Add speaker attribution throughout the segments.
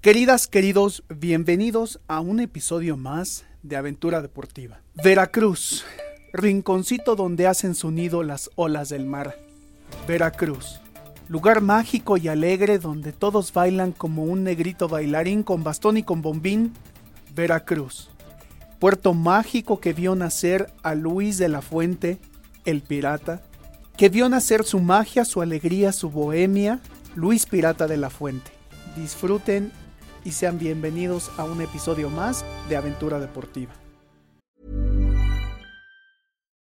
Speaker 1: Queridas, queridos, bienvenidos a un episodio más de Aventura Deportiva. Veracruz, rinconcito donde hacen su nido las olas del mar. Veracruz, lugar mágico y alegre donde todos bailan como un negrito bailarín con bastón y con bombín. Veracruz, puerto mágico que vio nacer a Luis de la Fuente, el pirata, que vio nacer su magia, su alegría, su bohemia, Luis Pirata de la Fuente. Disfruten y sean bienvenidos a un episodio más de Aventura Deportiva.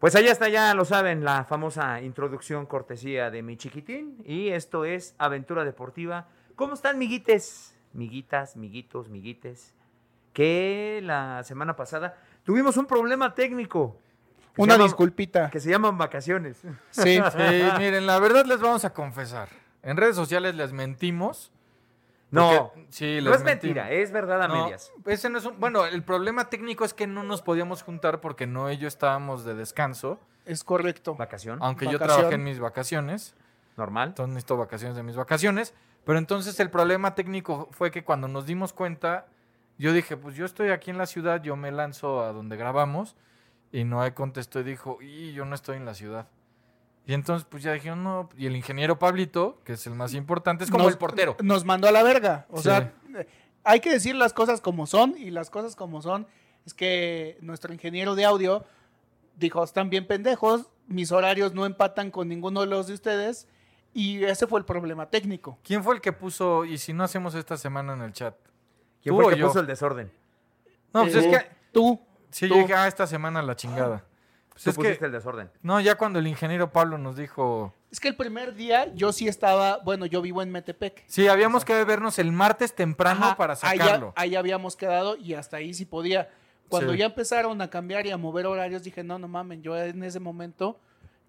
Speaker 2: Pues allá está, ya lo saben, la famosa introducción cortesía de mi chiquitín. Y esto es Aventura Deportiva. ¿Cómo están, miguites? Miguitas, miguitos, miguites. Que la semana pasada tuvimos un problema técnico. que se
Speaker 3: Una
Speaker 2: llama-
Speaker 3: disculpita.
Speaker 2: Que se llaman vacaciones.
Speaker 3: Sí.
Speaker 4: Sí, miren, la verdad les vamos a confesar. En redes sociales les mentimos.
Speaker 2: No,
Speaker 4: porque- sí, les
Speaker 2: no es
Speaker 4: mentimos.
Speaker 2: mentira, es verdad a
Speaker 4: No,
Speaker 2: medias.
Speaker 4: ese no es un- bueno, el problema técnico es que no nos podíamos juntar porque no ellos estábamos de descanso,
Speaker 1: Es correcto.
Speaker 2: Vacación,
Speaker 4: aunque yo
Speaker 1: Vacación.
Speaker 4: trabajé en mis vacaciones,
Speaker 2: normal.
Speaker 4: entonces necesito vacaciones de mis vacaciones, pero entonces el problema técnico fue que cuando nos dimos cuenta, yo dije, pues yo estoy aquí en la ciudad, yo me lanzo a donde grabamos, y Noé contestó y dijo, y yo no estoy en la ciudad. Y entonces pues ya dije, no, y el ingeniero Pablito, que es el más importante, es como
Speaker 1: Nos-
Speaker 4: el portero.
Speaker 1: Nos mandó a la verga. O
Speaker 4: Sí.
Speaker 1: sea, eh, hay que decir las cosas como son y las cosas como son es que nuestro ingeniero de audio dijo, están bien pendejos, mis horarios no empatan con ninguno de los de ustedes y ese fue el problema técnico.
Speaker 4: ¿Quién fue el que puso, y si no hacemos esta semana en el chat?
Speaker 2: ¿Quién
Speaker 4: ¿Tú
Speaker 2: fue
Speaker 4: o
Speaker 2: el que
Speaker 4: yo?
Speaker 2: puso el desorden?
Speaker 4: No, pues es
Speaker 1: Eh,
Speaker 4: que
Speaker 1: Tú,
Speaker 4: sí
Speaker 1: tú.
Speaker 4: yo dije, ah, esta semana la chingada. Pues
Speaker 2: Tú
Speaker 4: es
Speaker 2: pusiste
Speaker 4: que,
Speaker 2: el desorden.
Speaker 4: no, ya cuando el ingeniero Pablo nos dijo,
Speaker 1: es que el primer día yo sí estaba, bueno, yo vivo en Metepec.
Speaker 4: sí, habíamos que vernos el martes temprano
Speaker 1: Ajá,
Speaker 4: para
Speaker 1: ahí ya-
Speaker 4: sacarlo.
Speaker 1: Ahí, habíamos quedado y hasta ahí sí podía. Cuando
Speaker 4: Sí.
Speaker 1: ya empezaron a cambiar y a mover horarios, dije, no, no mamen, yo en ese momento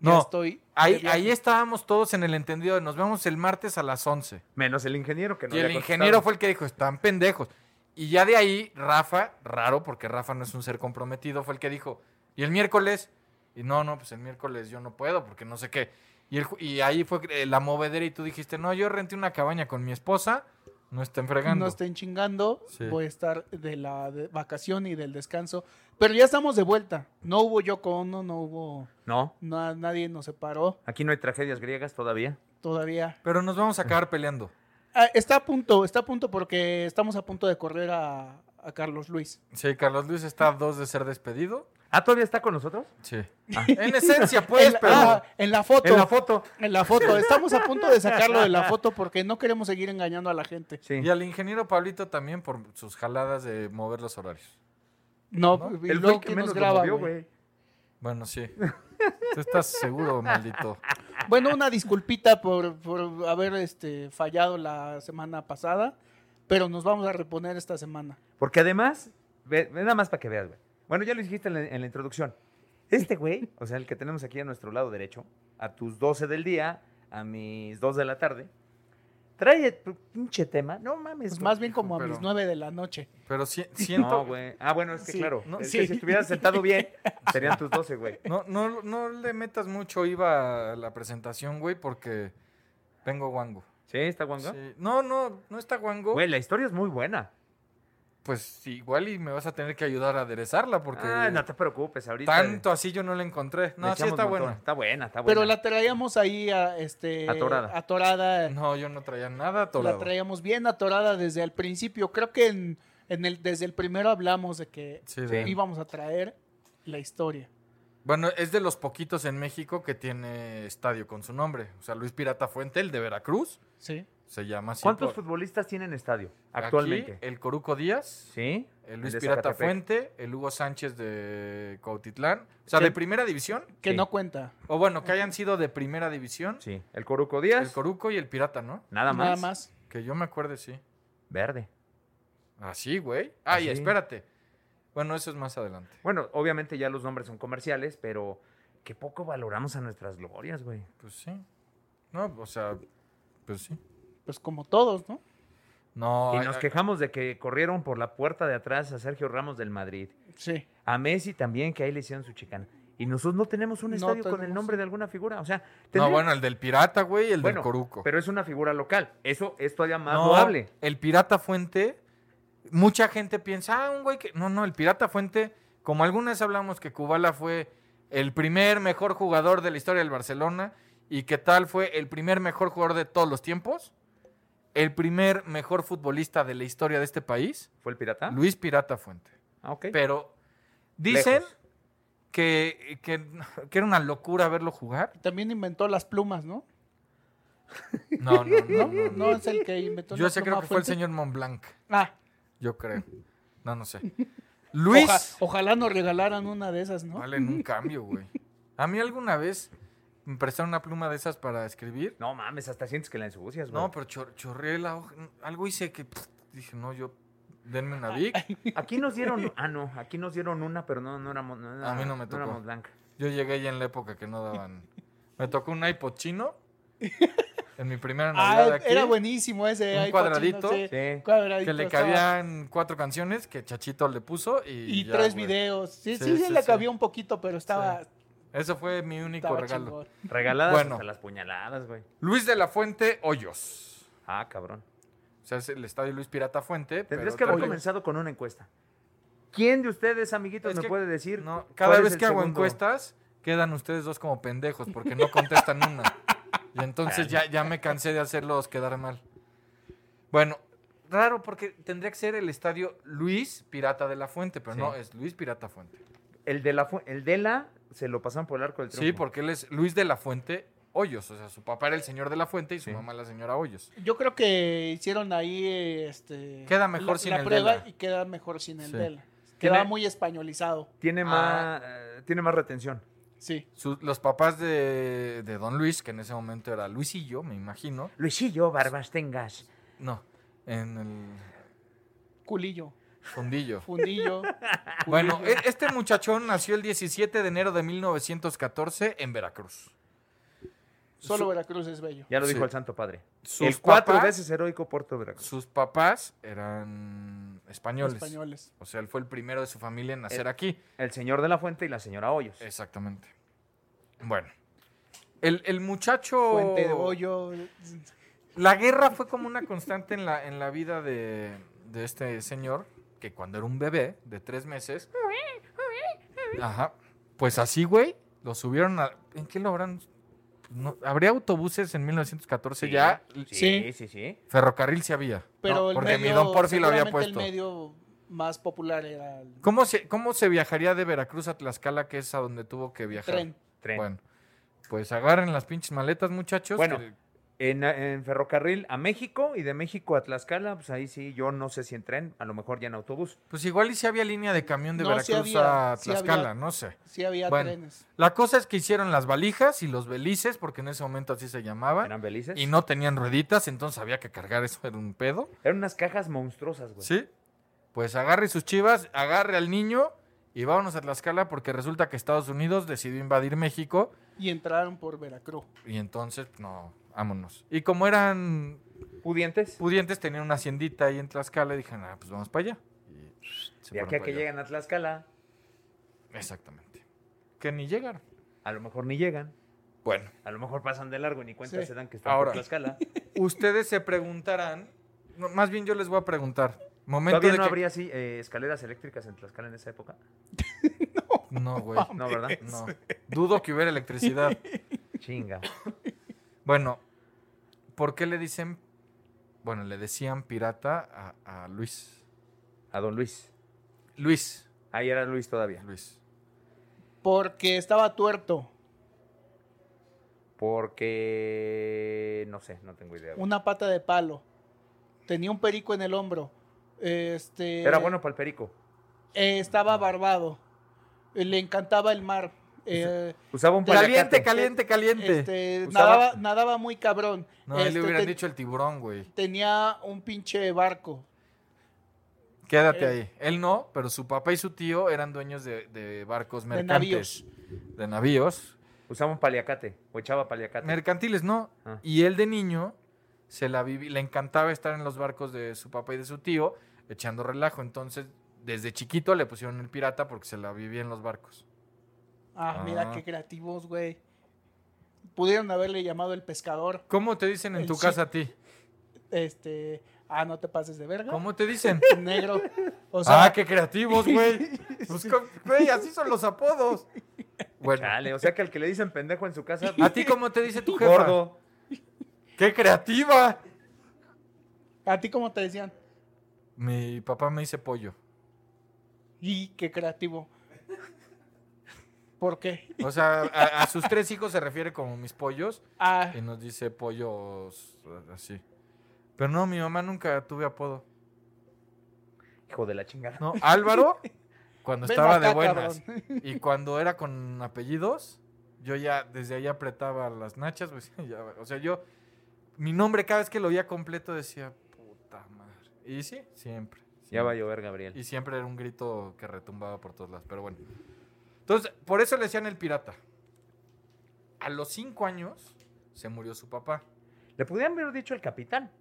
Speaker 1: ya
Speaker 4: No,
Speaker 1: estoy. de
Speaker 4: Ahí,
Speaker 1: viaje".
Speaker 4: ahí estábamos todos en el entendido de nos vemos el martes a las 11.
Speaker 2: Menos el ingeniero que no
Speaker 4: y el
Speaker 2: había
Speaker 4: ingeniero
Speaker 2: contestado.
Speaker 4: fue el que dijo, están pendejos. Y ya de ahí, Rafa, raro porque Rafa no es un ser comprometido, fue el que dijo, ¿y el miércoles? Y no, no, pues el miércoles yo no puedo porque no sé qué. Y, el ju- y ahí fue eh, la movedera y tú dijiste, no, yo renté una cabaña con mi esposa, no estén fregando.
Speaker 1: No estén chingando,
Speaker 4: Sí.
Speaker 1: voy a estar de la de- vacación y del descanso. Pero ya estamos de vuelta. No hubo yo con no, no hubo.
Speaker 2: No,
Speaker 1: na- nadie nos separó
Speaker 2: aquí no hay tragedias griegas todavía.
Speaker 1: todavía.
Speaker 4: Pero nos vamos a acabar peleando.
Speaker 1: Ah, está a punto, está a punto porque estamos a punto de correr a, a Carlos Luis.
Speaker 4: Sí, Carlos Luis está a dos de ser despedido.
Speaker 2: Ah, ¿todavía está con nosotros?
Speaker 4: Sí.
Speaker 2: Ah.
Speaker 4: En esencia, pues,
Speaker 1: en, la,
Speaker 4: pero...
Speaker 1: ah, en la foto.
Speaker 2: En la foto.
Speaker 1: En la foto, estamos a punto de sacarlo de la foto porque no queremos seguir engañando a la gente.
Speaker 2: Sí.
Speaker 4: Y al ingeniero Pablito también por sus jaladas de mover los horarios.
Speaker 1: No,
Speaker 4: ¿No?
Speaker 1: y
Speaker 2: Él fue
Speaker 1: luego
Speaker 2: el que
Speaker 1: quién nos
Speaker 2: menos lo
Speaker 1: graba.
Speaker 2: movió,
Speaker 1: güey?
Speaker 2: güey.
Speaker 4: Bueno, sí. Tú estás seguro, maldito.
Speaker 1: Bueno, una disculpita por, por haber este, fallado la semana pasada, pero nos vamos a reponer esta semana.
Speaker 2: Porque además, ve, ve nada más para que veas, güey. Bueno, ya lo dijiste en la, en la introducción. Este güey, o sea, el que tenemos aquí a nuestro lado derecho, a tus 12 del día, a mis 2 de la tarde, trae tu pinche tema. No mames.
Speaker 3: Pues
Speaker 1: Es
Speaker 2: güey.
Speaker 1: más bien como a
Speaker 4: pero-
Speaker 1: mis nueve de la noche.
Speaker 4: Pero si-
Speaker 2: No,
Speaker 4: siento...
Speaker 2: güey. Ah, bueno, es que
Speaker 1: Sí.
Speaker 2: claro.
Speaker 4: No,
Speaker 2: es
Speaker 1: sí.
Speaker 2: que si estuvieras sentado bien, serían tus 12, güey.
Speaker 4: No, no, no le metas mucho IVA a la presentación, güey, porque tengo guango.
Speaker 2: ¿Sí? ¿Está guango?
Speaker 4: Sí. No, no, no está guango.
Speaker 2: Güey, la historia es muy buena.
Speaker 4: pues igual y me vas a tener que ayudar a aderezarla porque
Speaker 2: Ah, no te preocupes, ahorita.
Speaker 4: tanto así yo no la encontré.
Speaker 2: le
Speaker 4: No, sí
Speaker 2: echamos
Speaker 4: está
Speaker 2: montón.
Speaker 4: buena.
Speaker 2: Está buena,
Speaker 4: Ah,
Speaker 2: está buena.
Speaker 3: Pero la traíamos ahí a, este,
Speaker 2: Atorada.
Speaker 3: atorada.
Speaker 4: No, yo no traía nada
Speaker 3: La
Speaker 4: atorado.
Speaker 3: traíamos bien atorada desde el principio. Creo que en, en el, desde el primero hablamos de que
Speaker 4: Sí, de-
Speaker 3: íbamos a traer la historia.
Speaker 4: Bueno, es de los poquitos en México que tiene estadio con su nombre. O sea, Luis Pirata Fuente, el de Veracruz,
Speaker 3: ¿sí?
Speaker 4: se llama así.
Speaker 2: ¿Cuántos
Speaker 4: por-
Speaker 2: futbolistas tienen estadio
Speaker 4: Aquí,
Speaker 2: actualmente?
Speaker 4: el Coruco Díaz,
Speaker 2: ¿Sí?
Speaker 4: el Luis
Speaker 2: de
Speaker 4: Pirata
Speaker 2: Zacatepec.
Speaker 4: Fuente, el Hugo Sánchez de Cuautitlán. O sea,
Speaker 2: Sí.
Speaker 4: de primera división.
Speaker 3: Que
Speaker 2: Sí.
Speaker 3: no cuenta.
Speaker 4: O bueno, que hayan sido de primera división.
Speaker 2: Sí, el Coruco Díaz.
Speaker 4: El Coruco y el Pirata, ¿no?
Speaker 2: Nada más.
Speaker 3: Nada más.
Speaker 4: Que yo me acuerde, sí.
Speaker 2: Verde.
Speaker 4: Así, güey.
Speaker 2: Así.
Speaker 4: Ay, espérate. Bueno, eso es más adelante.
Speaker 2: Bueno, obviamente ya los nombres son comerciales, pero qué poco valoramos a nuestras glorias, güey.
Speaker 4: Pues sí. No, o sea, pues sí.
Speaker 3: Pues como todos, ¿no?
Speaker 4: No,
Speaker 2: Y
Speaker 4: ay,
Speaker 2: nos
Speaker 4: ay,
Speaker 2: quejamos de que corrieron por la puerta de atrás a Sergio Ramos del Madrid.
Speaker 3: Sí.
Speaker 2: A Messi también, que ahí le hicieron su chicana. Y nosotros no tenemos un
Speaker 3: No
Speaker 2: estadio con el
Speaker 3: tenemos.
Speaker 2: nombre de alguna figura. O sea,
Speaker 4: no,
Speaker 2: tendría-
Speaker 4: bueno, el del Pirata, güey, y el
Speaker 2: Bueno,
Speaker 4: del Coruco.
Speaker 2: Pero es una figura local. Eso es todavía más
Speaker 4: No,
Speaker 2: loable.
Speaker 4: El Pirata Fuente, mucha gente piensa, ah, un güey que. No, no, el Pirata Fuente, como algunas hablamos que Kubala fue el primer mejor jugador de la historia del Barcelona y que tal fue el primer mejor jugador de todos los tiempos, el primer mejor futbolista de la historia de este país,
Speaker 2: ¿Fue el pirata?
Speaker 4: Luis Pirata Fuente.
Speaker 2: Ah, ok.
Speaker 4: Pero dicen
Speaker 2: Lejos.
Speaker 4: que, que, que era una locura verlo jugar.
Speaker 3: También inventó las plumas, ¿no?
Speaker 4: No, no, no.
Speaker 3: No,
Speaker 4: no,
Speaker 3: no es el que inventó
Speaker 4: Yo
Speaker 3: las
Speaker 4: sé, creo que
Speaker 3: plumas
Speaker 4: fue el
Speaker 3: Fuente.
Speaker 4: señor Montblanc.
Speaker 3: Ah,
Speaker 4: Yo creo. No, no sé. Luis.
Speaker 3: oja- ojalá nos regalaran una de esas, ¿no?
Speaker 4: Vale, en un cambio, güey. A mí alguna vez me prestaron una pluma de esas para escribir.
Speaker 2: No mames, hasta sientes que la ensucias, güey.
Speaker 4: No, pues, pero chor- chorreé la hoja. Algo hice que pff, dije, no, yo. Denme una Vic.
Speaker 2: Aquí nos dieron. Ah, no. Aquí nos dieron una, pero no, no éramos. No, era-
Speaker 4: A mí no me tocó.
Speaker 2: éramos blanca.
Speaker 4: Yo llegué ya en la época que no daban. Me tocó un iPod chino. En mi primera Navidad
Speaker 3: Ah,
Speaker 4: aquí.
Speaker 3: era buenísimo ese.
Speaker 4: Un
Speaker 3: ahí,
Speaker 4: cuadradito.
Speaker 3: Pachino, sí,
Speaker 2: Sí.
Speaker 3: cuadradito,
Speaker 4: Que le
Speaker 3: estaba-
Speaker 4: cabían cuatro canciones que Chachito le puso y.
Speaker 3: Y
Speaker 4: ya,
Speaker 3: tres
Speaker 4: güey.
Speaker 3: videos. Sí, sí,
Speaker 4: Sí,
Speaker 3: sí,
Speaker 4: sí,
Speaker 3: le
Speaker 4: sí.
Speaker 3: cabía un poquito, pero estaba,
Speaker 4: Eso fue mi único
Speaker 3: estaba
Speaker 4: regalo.
Speaker 3: chingón.
Speaker 2: Regaladas
Speaker 4: Bueno.
Speaker 2: hasta las puñaladas, güey.
Speaker 4: Luis de la Fuente Hoyos.
Speaker 2: Ah, cabrón.
Speaker 4: O sea, es el estadio Luis Pirata Fuente.
Speaker 2: Tendrías
Speaker 4: pero
Speaker 2: que haber
Speaker 4: también-
Speaker 2: comenzado con una encuesta. ¿Quién de ustedes, amiguitos,
Speaker 4: Es
Speaker 2: me
Speaker 4: que-
Speaker 2: puede decir?
Speaker 4: No,
Speaker 2: cuál
Speaker 4: cada
Speaker 2: es
Speaker 4: vez
Speaker 2: el
Speaker 4: que hago
Speaker 2: segundo?
Speaker 4: encuestas, quedan ustedes dos como pendejos porque no contestan una. Y entonces ya, ya me cansé de hacerlos quedar mal. Bueno, raro porque tendría que ser el estadio Luis Pirata de la Fuente, pero
Speaker 2: Sí.
Speaker 4: no, es Luis Pirata Fuente.
Speaker 2: El de, la, fu- el de la se lo pasaron por el arco del triunfo.
Speaker 4: Sí, porque él es Luis de la Fuente Hoyos. O sea, su papá era el señor de la Fuente y su
Speaker 2: Sí.
Speaker 4: mamá la señora Hoyos.
Speaker 3: Yo creo que hicieron ahí este
Speaker 4: Queda mejor sin el
Speaker 3: prueba
Speaker 4: Dela.
Speaker 3: y queda mejor sin el
Speaker 4: Sí.
Speaker 3: Dela.
Speaker 2: Tiene-
Speaker 3: Queda muy españolizado.
Speaker 2: Tiene,
Speaker 4: Ah.
Speaker 2: más, eh, tiene más retención.
Speaker 3: Sí.
Speaker 4: Su- los papás de, de Don Luis, que en ese momento era Luisillo, me imagino.
Speaker 2: Luisillo, barbas tengas.
Speaker 4: No, en el
Speaker 3: Culillo,
Speaker 4: fundillo.
Speaker 3: fundillo.
Speaker 4: Bueno,
Speaker 3: culillo.
Speaker 4: e- este muchachón nació el 17 de enero de 1914 en Veracruz.
Speaker 3: solo
Speaker 4: su-
Speaker 3: Veracruz es bello.
Speaker 2: Ya lo
Speaker 4: Sí.
Speaker 2: dijo el Santo Padre.
Speaker 4: Sus
Speaker 2: el cuatro
Speaker 4: papás-
Speaker 2: veces heroico Puerto Veracruz.
Speaker 4: Sus papás eran españoles.
Speaker 3: Españoles.
Speaker 4: O sea, él fue el primero de su familia en nacer
Speaker 2: Eh.
Speaker 4: aquí.
Speaker 2: El señor de la fuente y la señora Hoyos.
Speaker 4: Exactamente. Bueno. El, el muchacho...
Speaker 3: Fuente de Hoyo.
Speaker 4: La guerra fue como una constante en la, en la vida de, de este señor, que cuando era un bebé de tres meses. Ajá. Pues así, güey, lo subieron a. ¿En qué lo habrán.? No, ¿Habría autobuses en 1914 ya?
Speaker 2: Sí, sí,
Speaker 3: Sí.
Speaker 2: sí.
Speaker 4: Ferrocarril sí había.
Speaker 3: Pero
Speaker 4: No,
Speaker 3: el
Speaker 4: porque
Speaker 3: medio,
Speaker 4: mi don Porfi lo había
Speaker 3: seguramente
Speaker 4: puesto.
Speaker 3: el medio más popular era el
Speaker 4: ¿Cómo, se, ¿Cómo se viajaría de Veracruz a Tlaxcala, que es a donde tuvo que viajar?
Speaker 3: tren.
Speaker 2: Tren.
Speaker 4: Bueno, pues agarren las pinches maletas, muchachos.
Speaker 2: Bueno,
Speaker 4: que-
Speaker 2: En, en ferrocarril a México y de México a Tlaxcala, pues ahí sí, yo no sé si en tren, a lo mejor ya en autobús.
Speaker 4: pues igual y si había línea de camión de
Speaker 3: No, sí
Speaker 4: Veracruz
Speaker 3: había,
Speaker 4: a
Speaker 3: sí había.
Speaker 4: Tlaxcala, no sé.
Speaker 3: Sí había
Speaker 4: Bueno.
Speaker 3: trenes.
Speaker 4: La cosa es que hicieron las valijas y los belices, porque en ese momento así se llamaban,
Speaker 2: Eran belices.
Speaker 4: y no tenían rueditas, entonces había que cargar eso, era un pedo.
Speaker 2: Eran unas cajas monstruosas, güey.
Speaker 4: Sí. Pues agarre sus chivas, agarre al niño y vámonos a Tlaxcala, porque resulta que Estados Unidos decidió invadir México,
Speaker 3: Y entraron por Veracruz.
Speaker 4: y entonces, no, vámonos. Y como eran
Speaker 2: Pudientes.
Speaker 4: pudientes, tenían una haciendita ahí en Tlaxcala, y dijeron, ah, pues vamos para allá. Y se
Speaker 2: de
Speaker 4: fueron
Speaker 2: aquí a
Speaker 4: para
Speaker 2: que
Speaker 4: allá.
Speaker 2: llegan a Tlaxcala,
Speaker 4: Exactamente. Que ni llegaron.
Speaker 2: a lo mejor ni llegan.
Speaker 4: Bueno.
Speaker 2: A lo mejor pasan de largo y ni cuenta
Speaker 3: Sí.
Speaker 2: se dan que están
Speaker 4: Ahora.
Speaker 2: por Tlaxcala.
Speaker 4: ustedes se preguntarán, no, más bien yo les voy a preguntar, Momento
Speaker 2: ¿Todavía
Speaker 4: de
Speaker 2: no
Speaker 4: que-
Speaker 2: habría así eh, escaleras eléctricas en Tlaxcala en esa época?
Speaker 4: No, güey.
Speaker 2: No, ¿verdad?
Speaker 4: No. Dudo que hubiera electricidad.
Speaker 2: Chinga.
Speaker 4: Bueno, ¿por qué le dicen, bueno, le decían pirata a, a Luis?
Speaker 2: A don Luis.
Speaker 4: Luis,
Speaker 2: Ahí era Luis todavía.
Speaker 4: Luis.
Speaker 3: Porque estaba tuerto.
Speaker 2: Porque. No sé, no tengo idea. güey.
Speaker 3: Una pata de palo. Tenía un perico en el hombro. Este.
Speaker 2: Era bueno para el perico.
Speaker 3: eh, estaba barbado. eh, Le encantaba el mar.
Speaker 4: Pues,
Speaker 3: eh,
Speaker 2: Usaba un
Speaker 4: Caliente,
Speaker 2: paliacate.
Speaker 4: caliente, caliente.
Speaker 3: este,
Speaker 2: Usaba-
Speaker 3: nadaba, nadaba muy cabrón.
Speaker 4: no, ahí
Speaker 3: Este,
Speaker 4: le hubieran
Speaker 3: te-
Speaker 4: dicho el tiburón, güey.
Speaker 3: Tenía un pinche barco.
Speaker 4: Quédate
Speaker 3: eh.
Speaker 4: ahí. Él no, pero su papá y su tío eran dueños de, de barcos
Speaker 3: De
Speaker 4: mercantes.
Speaker 3: navíos.
Speaker 4: De navíos.
Speaker 2: Usaba un paliacate. O echaba paliacate.
Speaker 4: Mercantiles, no.
Speaker 2: Ah.
Speaker 4: Y él de niño se la vivi- le encantaba estar en los barcos de su papá y de su tío echando relajo. Entonces, desde chiquito le pusieron el pirata porque se la vivía en los barcos.
Speaker 3: Ah,
Speaker 4: Ah.
Speaker 3: mira qué creativos, güey. Pudieron haberle llamado el pescador.
Speaker 4: ¿Cómo te dicen en
Speaker 3: El
Speaker 4: tu
Speaker 3: chi-
Speaker 4: casa a ti?
Speaker 3: Este. Ah, no te pases de verga.
Speaker 4: ¿Cómo te dicen?
Speaker 3: Negro. O sea,
Speaker 4: ah, qué creativos, güey. Pues, ¿cómo- Güey, así son los apodos. Bueno,
Speaker 2: Chale, o sea que al que le dicen pendejo en su casa.
Speaker 4: ¿a ti cómo te dice tu jefa?
Speaker 2: Gordo.
Speaker 4: ¡Qué creativa!
Speaker 3: ¿a ti cómo te decían?
Speaker 4: Mi papá me dice pollo.
Speaker 3: Y qué creativo. ¿Por qué?
Speaker 4: O sea, a, a sus tres hijos se refiere como mis pollos
Speaker 3: Ah,
Speaker 4: y nos dice pollos eh, así. Pero no, mi mamá nunca tuve apodo.
Speaker 2: Hijo de la chingada.
Speaker 4: No, Álvaro, cuando
Speaker 3: ven
Speaker 4: estaba
Speaker 3: acá,
Speaker 4: de buenas.
Speaker 3: cabrón.
Speaker 4: Y cuando era con apellidos, yo ya desde ahí apretaba las nachas, pues, ya, o sea, yo, mi nombre cada vez que lo oía completo decía, puta madre. Y sí, siempre.
Speaker 2: Ya va a
Speaker 4: siempre.
Speaker 2: llover, Gabriel.
Speaker 4: Y siempre era un grito que retumbaba por todos lados, pero bueno. Entonces, por eso le decían el pirata. A los cinco años se murió su papá.
Speaker 2: Le pudieran haber dicho el capitán.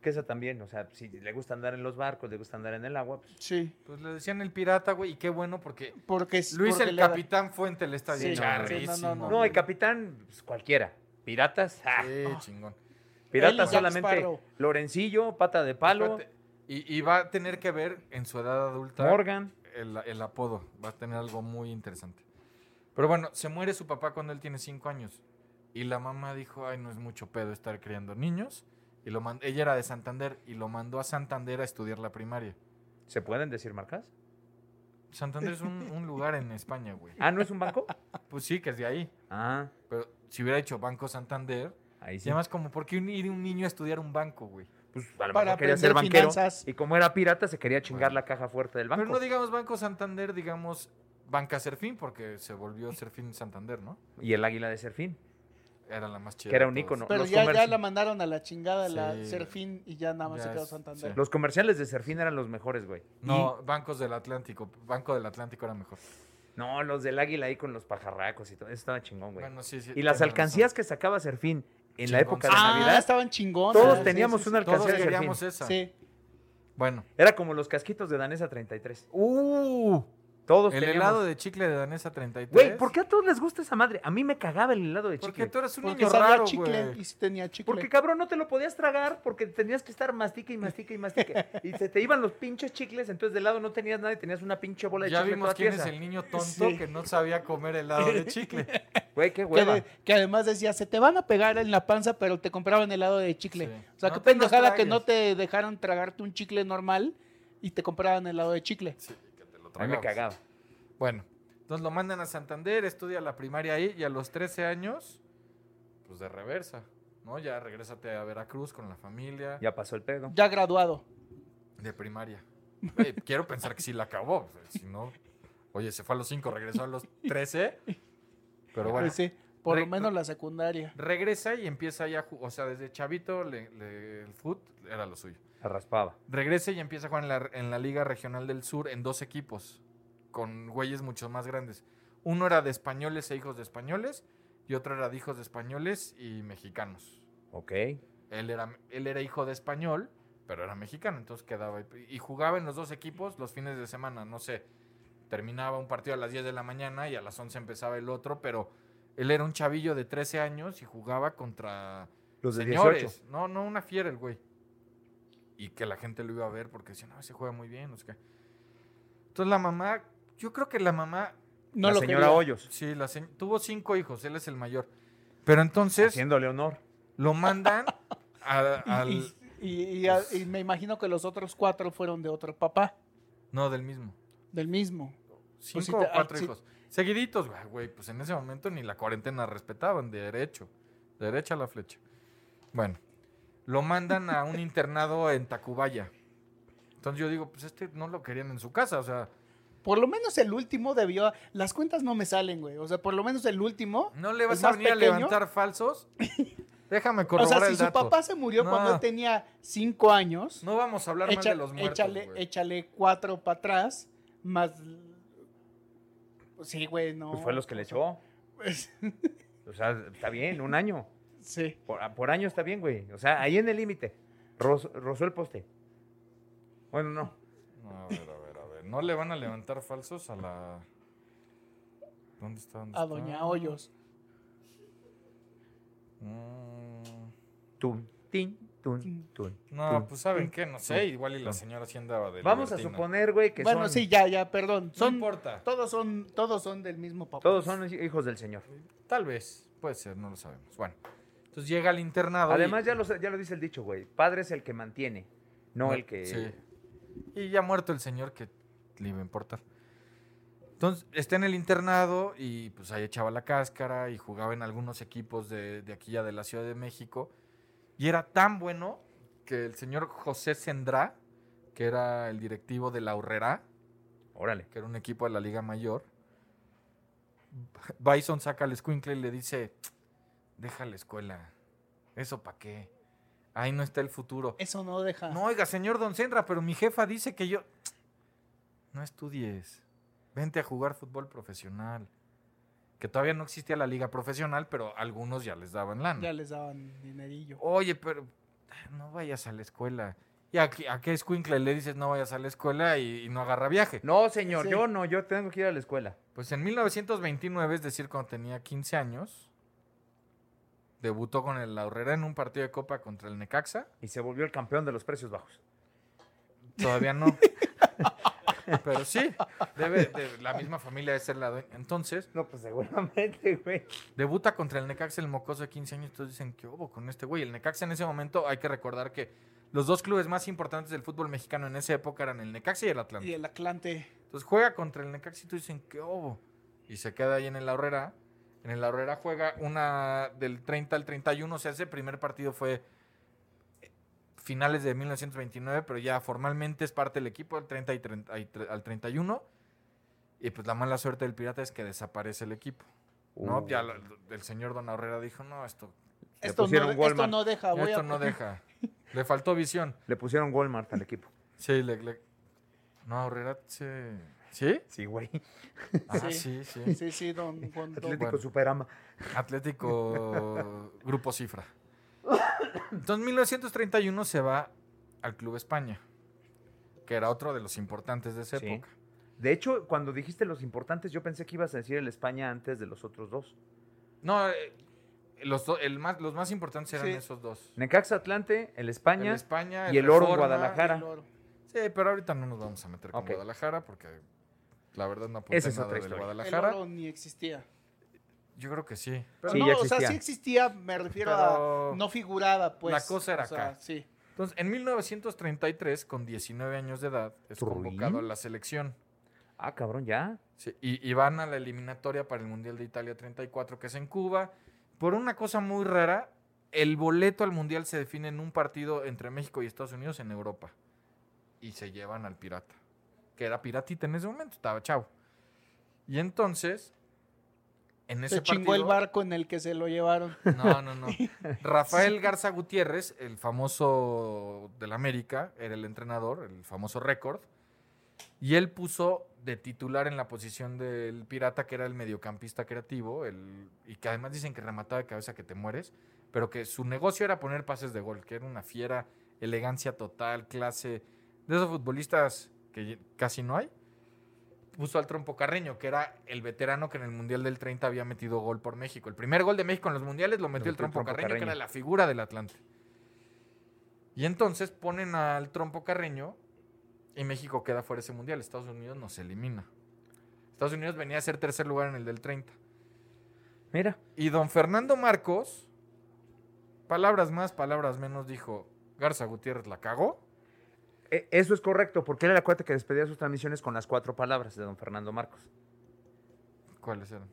Speaker 2: Que esa también, o sea, si le gusta andar en los barcos, le gusta andar en el agua, pues.
Speaker 3: Sí,
Speaker 4: Pues le decían el pirata, güey, y qué bueno porque
Speaker 3: porque es-
Speaker 4: Luis
Speaker 3: porque
Speaker 4: el
Speaker 3: le da-
Speaker 4: capitán Fuente le está
Speaker 3: Sí,
Speaker 4: bien
Speaker 3: no, no, no,
Speaker 4: charrísimo,
Speaker 3: no, no.
Speaker 2: No,
Speaker 4: güey.
Speaker 2: el capitán, pues, cualquiera. Piratas, ah,
Speaker 4: Sí, chingón.
Speaker 3: Él y Jack
Speaker 2: piratas solamente.
Speaker 3: Sparrow.
Speaker 2: Lorencillo, pata de palo,
Speaker 4: Espérate, Y, y va a tener que ver en su edad adulta
Speaker 2: Morgan.
Speaker 4: el, el apodo. Va a tener algo muy interesante. Pero bueno, se muere su papá cuando él tiene cinco años. Y la mamá dijo, ay, no es mucho pedo estar criando niños. Y lo mand- Ella era de Santander y lo mandó a Santander a estudiar la primaria.
Speaker 2: ¿Se pueden decir marcas?
Speaker 4: Santander es un, un lugar en España, güey.
Speaker 2: Ah, ¿no es un banco?
Speaker 4: Pues sí, que es de ahí.
Speaker 2: Ah,
Speaker 4: Pero si hubiera hecho Banco Santander,
Speaker 2: ahí
Speaker 4: y
Speaker 2: sí.
Speaker 4: además como, ¿por qué un- ir un niño a estudiar un banco, güey?
Speaker 2: Pues a lo
Speaker 3: Para
Speaker 2: mejor quería ser
Speaker 3: aprender
Speaker 2: banquero.
Speaker 3: finanzas.
Speaker 2: Y como era pirata, se quería chingar
Speaker 4: Bueno.
Speaker 2: la caja fuerte del banco.
Speaker 4: Pero no digamos Banco Santander, digamos Banca Serfín, porque se volvió Serfín Santander, ¿no?
Speaker 2: Y el águila de Serfín.
Speaker 4: Era la más chida.
Speaker 2: Que era
Speaker 4: de
Speaker 2: un
Speaker 4: todas.
Speaker 2: ícono.
Speaker 3: Pero
Speaker 2: los
Speaker 3: ya, ya
Speaker 2: comerci-
Speaker 3: la mandaron a la chingada la
Speaker 4: Sí.
Speaker 3: Serfín y ya nada más
Speaker 4: Ya
Speaker 3: se quedó
Speaker 4: es-
Speaker 3: Santander.
Speaker 4: sí.
Speaker 2: Los comerciales de Serfín eran los mejores, güey.
Speaker 4: No, bancos del Atlántico. Banco del Atlántico era mejor.
Speaker 2: Y- no, los del águila ahí con los pajarracos y todo. Eso estaba chingón, güey.
Speaker 4: Bueno, sí, sí,
Speaker 2: y las
Speaker 4: tienes
Speaker 2: alcancías que sacaba Serfín en la
Speaker 4: Chingón.
Speaker 2: época de
Speaker 3: Ah,
Speaker 2: Navidad.
Speaker 3: estaban chingones.
Speaker 2: Todos teníamos una
Speaker 4: razón. Todos
Speaker 2: alcancía de Serfín.
Speaker 4: queríamos esa.
Speaker 3: Sí,
Speaker 4: Bueno.
Speaker 2: Era como los casquitos de Danesa 33.
Speaker 4: ¡Uh!
Speaker 2: Todos
Speaker 4: El
Speaker 2: teníamos.
Speaker 4: helado de chicle de Danesa 33.
Speaker 2: Güey, ¿por qué a todos les gusta esa madre? A mí me cagaba el helado de
Speaker 4: Porque
Speaker 2: chicle.
Speaker 4: tú eres un
Speaker 3: porque
Speaker 4: niño
Speaker 3: sabía
Speaker 4: raro,
Speaker 3: chicle
Speaker 4: güey.
Speaker 3: y sí tenía chicle.
Speaker 2: Porque cabrón, no te lo podías tragar porque tenías que estar mastique y mastique y mastique. y se te iban los pinches chicles, entonces de lado no tenías nada y tenías una pinche bola de
Speaker 4: Ya
Speaker 2: chicle
Speaker 4: vimos
Speaker 2: toda
Speaker 4: quién es
Speaker 2: tiesa.
Speaker 4: el niño tonto
Speaker 3: Sí.
Speaker 4: que no sabía comer helado de chicle.
Speaker 2: Güey, qué
Speaker 3: que,
Speaker 2: hueva.
Speaker 3: de- que además decía, se te van a pegar en la panza, pero te compraban helado de chicle.
Speaker 4: Sí.
Speaker 3: O sea,
Speaker 4: No te
Speaker 3: qué
Speaker 4: los
Speaker 3: pendejada que
Speaker 4: tragues.
Speaker 3: no te dejaron tragarte un chicle normal y te compraban helado de chicle.
Speaker 4: Sí, que te lo
Speaker 2: A mí me cagaba.
Speaker 4: tragabas. Bueno, entonces lo mandan a Santander, estudia la primaria ahí y a los 13 años, pues de reversa, ¿no? Ya regrésate a Veracruz con la familia
Speaker 2: Ya pasó el pedo.
Speaker 3: Ya graduado.
Speaker 4: de primaria. Güey, quiero pensar que sí la acabó, o sea, si no... Oye, se fue a los 5, regresó a los 13, pero bueno.
Speaker 3: Pues sí, por lo
Speaker 4: Re-
Speaker 3: menos la secundaria.
Speaker 4: Regresa y empieza ya a jugar, o sea, desde chavito le- le- el foot era lo suyo.
Speaker 2: Se raspaba.
Speaker 4: Regresa y empieza a jugar en la, en la Liga Regional del Sur en dos equipos, con güeyes mucho más grandes. Uno era de españoles e hijos de españoles, y otro era de hijos de españoles y mexicanos.
Speaker 2: Ok.
Speaker 4: Él era, él era hijo de español, pero era mexicano, entonces quedaba. ahí. Y jugaba en los dos equipos los fines de semana, no sé. Terminaba un partido a las 10 de la mañana y a las 11 empezaba el otro, pero él era un chavillo de 13 años y jugaba contra
Speaker 2: Los de
Speaker 4: señores.
Speaker 2: 18.
Speaker 4: No, no, una fiera el güey. y que la gente lo iba a ver porque decía, no, se juega muy bien. no sé qué. Entonces la mamá, yo creo que la mamá,
Speaker 3: No
Speaker 2: la
Speaker 3: lo
Speaker 2: señora
Speaker 3: quería.
Speaker 2: Hoyos,
Speaker 4: sí, la se- tuvo cinco hijos, él es el mayor. Pero entonces
Speaker 2: haciéndole honor.
Speaker 4: lo mandan a-
Speaker 3: Y-
Speaker 4: al...
Speaker 3: y- y- y a- y me imagino que los otros cuatro fueron de otro papá,
Speaker 4: No, del mismo.
Speaker 3: del mismo.
Speaker 4: Cinco
Speaker 3: si
Speaker 4: o
Speaker 3: te- ah,
Speaker 4: cuatro
Speaker 3: si-
Speaker 4: hijos. Seguiditos, güey, güey, pues en ese momento ni la cuarentena respetaban, de derecho. De derecha a la flecha. Bueno, lo mandan a un internado en Tacubaya. Entonces yo digo, pues este no lo querían en su casa, o sea,
Speaker 3: Por lo menos el último debió. Las cuentas no me salen, güey. O sea, por lo menos el último.
Speaker 4: no le
Speaker 3: ¿El
Speaker 4: vas a
Speaker 3: más
Speaker 4: venir
Speaker 3: pequeño?
Speaker 4: a levantar falsos. Déjame
Speaker 3: O
Speaker 4: corroborar
Speaker 3: sea, si
Speaker 4: el
Speaker 3: su
Speaker 4: dato.
Speaker 3: papá se murió
Speaker 4: No.
Speaker 3: cuando tenía cinco años,
Speaker 4: No vamos a hablar
Speaker 3: echa-
Speaker 4: mal de los muertos,
Speaker 3: échale,
Speaker 4: güey.
Speaker 3: échale cuatro para atrás, más. Sí, güey, no.
Speaker 2: Pues fue los que le echó.
Speaker 3: Pues,
Speaker 2: O sea, está bien, un año.
Speaker 3: sí.
Speaker 2: Por, por año está bien, güey. O sea, ahí en el límite. Roz- rozó el poste. Bueno, no.
Speaker 4: No, a ver, a ver, a ver. No le van a levantar falsos a la... ¿Dónde está? ¿Dónde
Speaker 3: A
Speaker 4: está?
Speaker 3: Doña Hoyos.
Speaker 4: Mm.
Speaker 2: Tum, tin, tun, tun.
Speaker 4: No,
Speaker 2: tun.
Speaker 4: pues saben qué, no sé, igual y la señora sí andaba de
Speaker 2: Vamos a
Speaker 4: libertina.
Speaker 2: suponer, güey, que
Speaker 3: Bueno,
Speaker 2: son,
Speaker 3: sí, ya, ya, perdón. Mm,
Speaker 4: No importa.
Speaker 3: Todos son, todos son del mismo papá.
Speaker 2: todos son hijos del Señor.
Speaker 4: Tal vez, puede ser, no lo sabemos. Bueno, entonces llega al internado. y-
Speaker 2: Además, ya lo, ya lo dice el dicho, güey. Padre es el que mantiene, no el que...
Speaker 4: Sí. Y ya muerto el señor que le iba a importar. Entonces, está en el internado y pues ahí echaba la cáscara y jugaba en algunos equipos de, de aquí ya de la Ciudad de México. Y era tan bueno que el señor José Sendrá, que era el directivo de la Horrera,
Speaker 2: Órale.
Speaker 4: que era un equipo de la Liga Mayor. Bison saca al escuincle y le dice, deja la escuela. ¿Eso para qué? Ahí no está el futuro.
Speaker 3: Eso no deja.
Speaker 4: No, oiga, señor Don Sendra, pero mi jefa dice que yo... No estudies. Vente a jugar fútbol profesional. Que todavía no existía la liga profesional, pero algunos ya les daban lana.
Speaker 3: Ya les daban dinerillo.
Speaker 4: Oye, pero ah, no vayas a la escuela. ¿Y a, qué- a qué escuincle le dices no vayas a la escuela y- y no agarra viaje?
Speaker 2: No, señor,
Speaker 3: Sí.
Speaker 2: yo no, yo tengo que ir a la escuela.
Speaker 4: Pues en 1929, es decir, cuando tenía 15 años, debutó con el Laurrera en un partido de Copa contra el Necaxa.
Speaker 2: Y se volvió el campeón de los precios bajos.
Speaker 4: Todavía no. Pero sí, debe de- la misma familia de ser la dueña. Entonces,
Speaker 2: No, pues seguramente, güey.
Speaker 4: debuta contra el Necaxa el mocoso de 15 años. Entonces dicen, ¿qué hubo con este güey? El Necaxa en ese momento, hay que recordar que los dos clubes más importantes del fútbol mexicano en esa época eran el Necaxa y el Atlante.
Speaker 3: Y el Atlante.
Speaker 4: Entonces juega contra el Necaxa y tú dicen, ¿qué obo? Y se queda ahí en el Aurrera. En el Aurrera juega una del 30 al 31. O sea, ese primer partido fue eh, finales de 1929, pero ya formalmente es parte del equipo al 30 y 30 y tre- al 31. Y pues la mala suerte del Pirata es que desaparece el equipo. ¿no?
Speaker 2: Uh.
Speaker 4: Ya lo- el señor Don Aurrera dijo, no, esto,
Speaker 2: Le
Speaker 3: Esto
Speaker 2: pusieron
Speaker 3: no, esto
Speaker 2: Walmart.
Speaker 3: no deja. Ah, Voy
Speaker 4: esto
Speaker 3: a-
Speaker 4: no deja. Le faltó visión.
Speaker 2: Le pusieron Walmart al equipo.
Speaker 4: Sí, le... le- No, Aurrera se... ¿Sí?
Speaker 2: Sí, güey.
Speaker 4: Ah,
Speaker 3: Sí.
Speaker 4: sí, sí.
Speaker 3: Sí, sí, don, don- don-
Speaker 2: Atlético
Speaker 4: Bueno.
Speaker 2: Superama.
Speaker 4: Atlético Grupo Cifra. Entonces, 1931 se va al Club España, que era otro de los importantes de esa
Speaker 2: Sí.
Speaker 4: época.
Speaker 2: De hecho, cuando dijiste los importantes, yo pensé que ibas a decir el España antes de los otros dos.
Speaker 4: No, eh, los, do- el más, los más importantes eran
Speaker 3: Sí.
Speaker 4: esos dos.
Speaker 2: Necaxa Atlante, el
Speaker 4: El
Speaker 2: España.
Speaker 4: España
Speaker 2: y el Oro
Speaker 4: Reforma.
Speaker 2: Guadalajara.
Speaker 3: el oro.
Speaker 4: Sí, pero ahorita no nos vamos a meter con
Speaker 2: Ok.
Speaker 4: Guadalajara porque la verdad no apunté
Speaker 2: Esa es
Speaker 4: nada
Speaker 2: otra
Speaker 4: del
Speaker 2: historia.
Speaker 3: El
Speaker 4: Guadalajara.
Speaker 3: oro ni existía.
Speaker 4: Yo creo que sí.
Speaker 3: Pero
Speaker 2: Sí,
Speaker 3: no,
Speaker 2: ya
Speaker 3: o sea,
Speaker 2: existía.
Speaker 3: sí existía, me refiero
Speaker 4: Pero-
Speaker 3: a no figurada, pues.
Speaker 4: La cosa era
Speaker 3: o sea,
Speaker 4: acá.
Speaker 3: Sí.
Speaker 4: Entonces, en 1933, con 19 años de edad, es
Speaker 2: ¿Ruin?
Speaker 4: convocado a la selección.
Speaker 2: Ah, cabrón, ya.
Speaker 4: Sí, y, y van a la eliminatoria para el Mundial de Italia 34, que es en Cuba. Por una cosa muy rara, el boleto al Mundial se define en un partido entre México y Estados Unidos en Europa. Y se llevan al pirata, que era piratita en ese momento, estaba chavo. Y entonces, en ese
Speaker 3: Se chingó
Speaker 4: partido...
Speaker 3: el barco en el que se lo llevaron.
Speaker 4: No, no, no. Rafael Garza Gutiérrez, el famoso del América, era el entrenador, el famoso récord. Y él puso de titular en la posición del pirata, que era el mediocampista creativo, el, y que además dicen que remataba de cabeza que te mueres, pero que su negocio era poner pases de gol, que era una fiera, elegancia total, clase. De esos futbolistas que ye- casi no hay, puso al Trompo Carreño, que era el veterano que en el Mundial del 30 había metido gol por México. El primer gol de México en los Mundiales lo metió el Trompo, Carreño, que era la figura del Atlante. Y entonces ponen al trompo Carreño y México queda fuera de ese mundial. Estados Unidos nos elimina. Estados Unidos venía a ser tercer lugar en el del 30.
Speaker 2: Mira.
Speaker 4: Y don Fernando Marcos, palabras más, palabras menos, dijo, Garza Gutiérrez la cagó.
Speaker 2: E- Eso es correcto, porque él era el cuate que despedía sus transmisiones con las cuatro palabras de don Fernando Marcos.
Speaker 4: ¿Cuáles eran?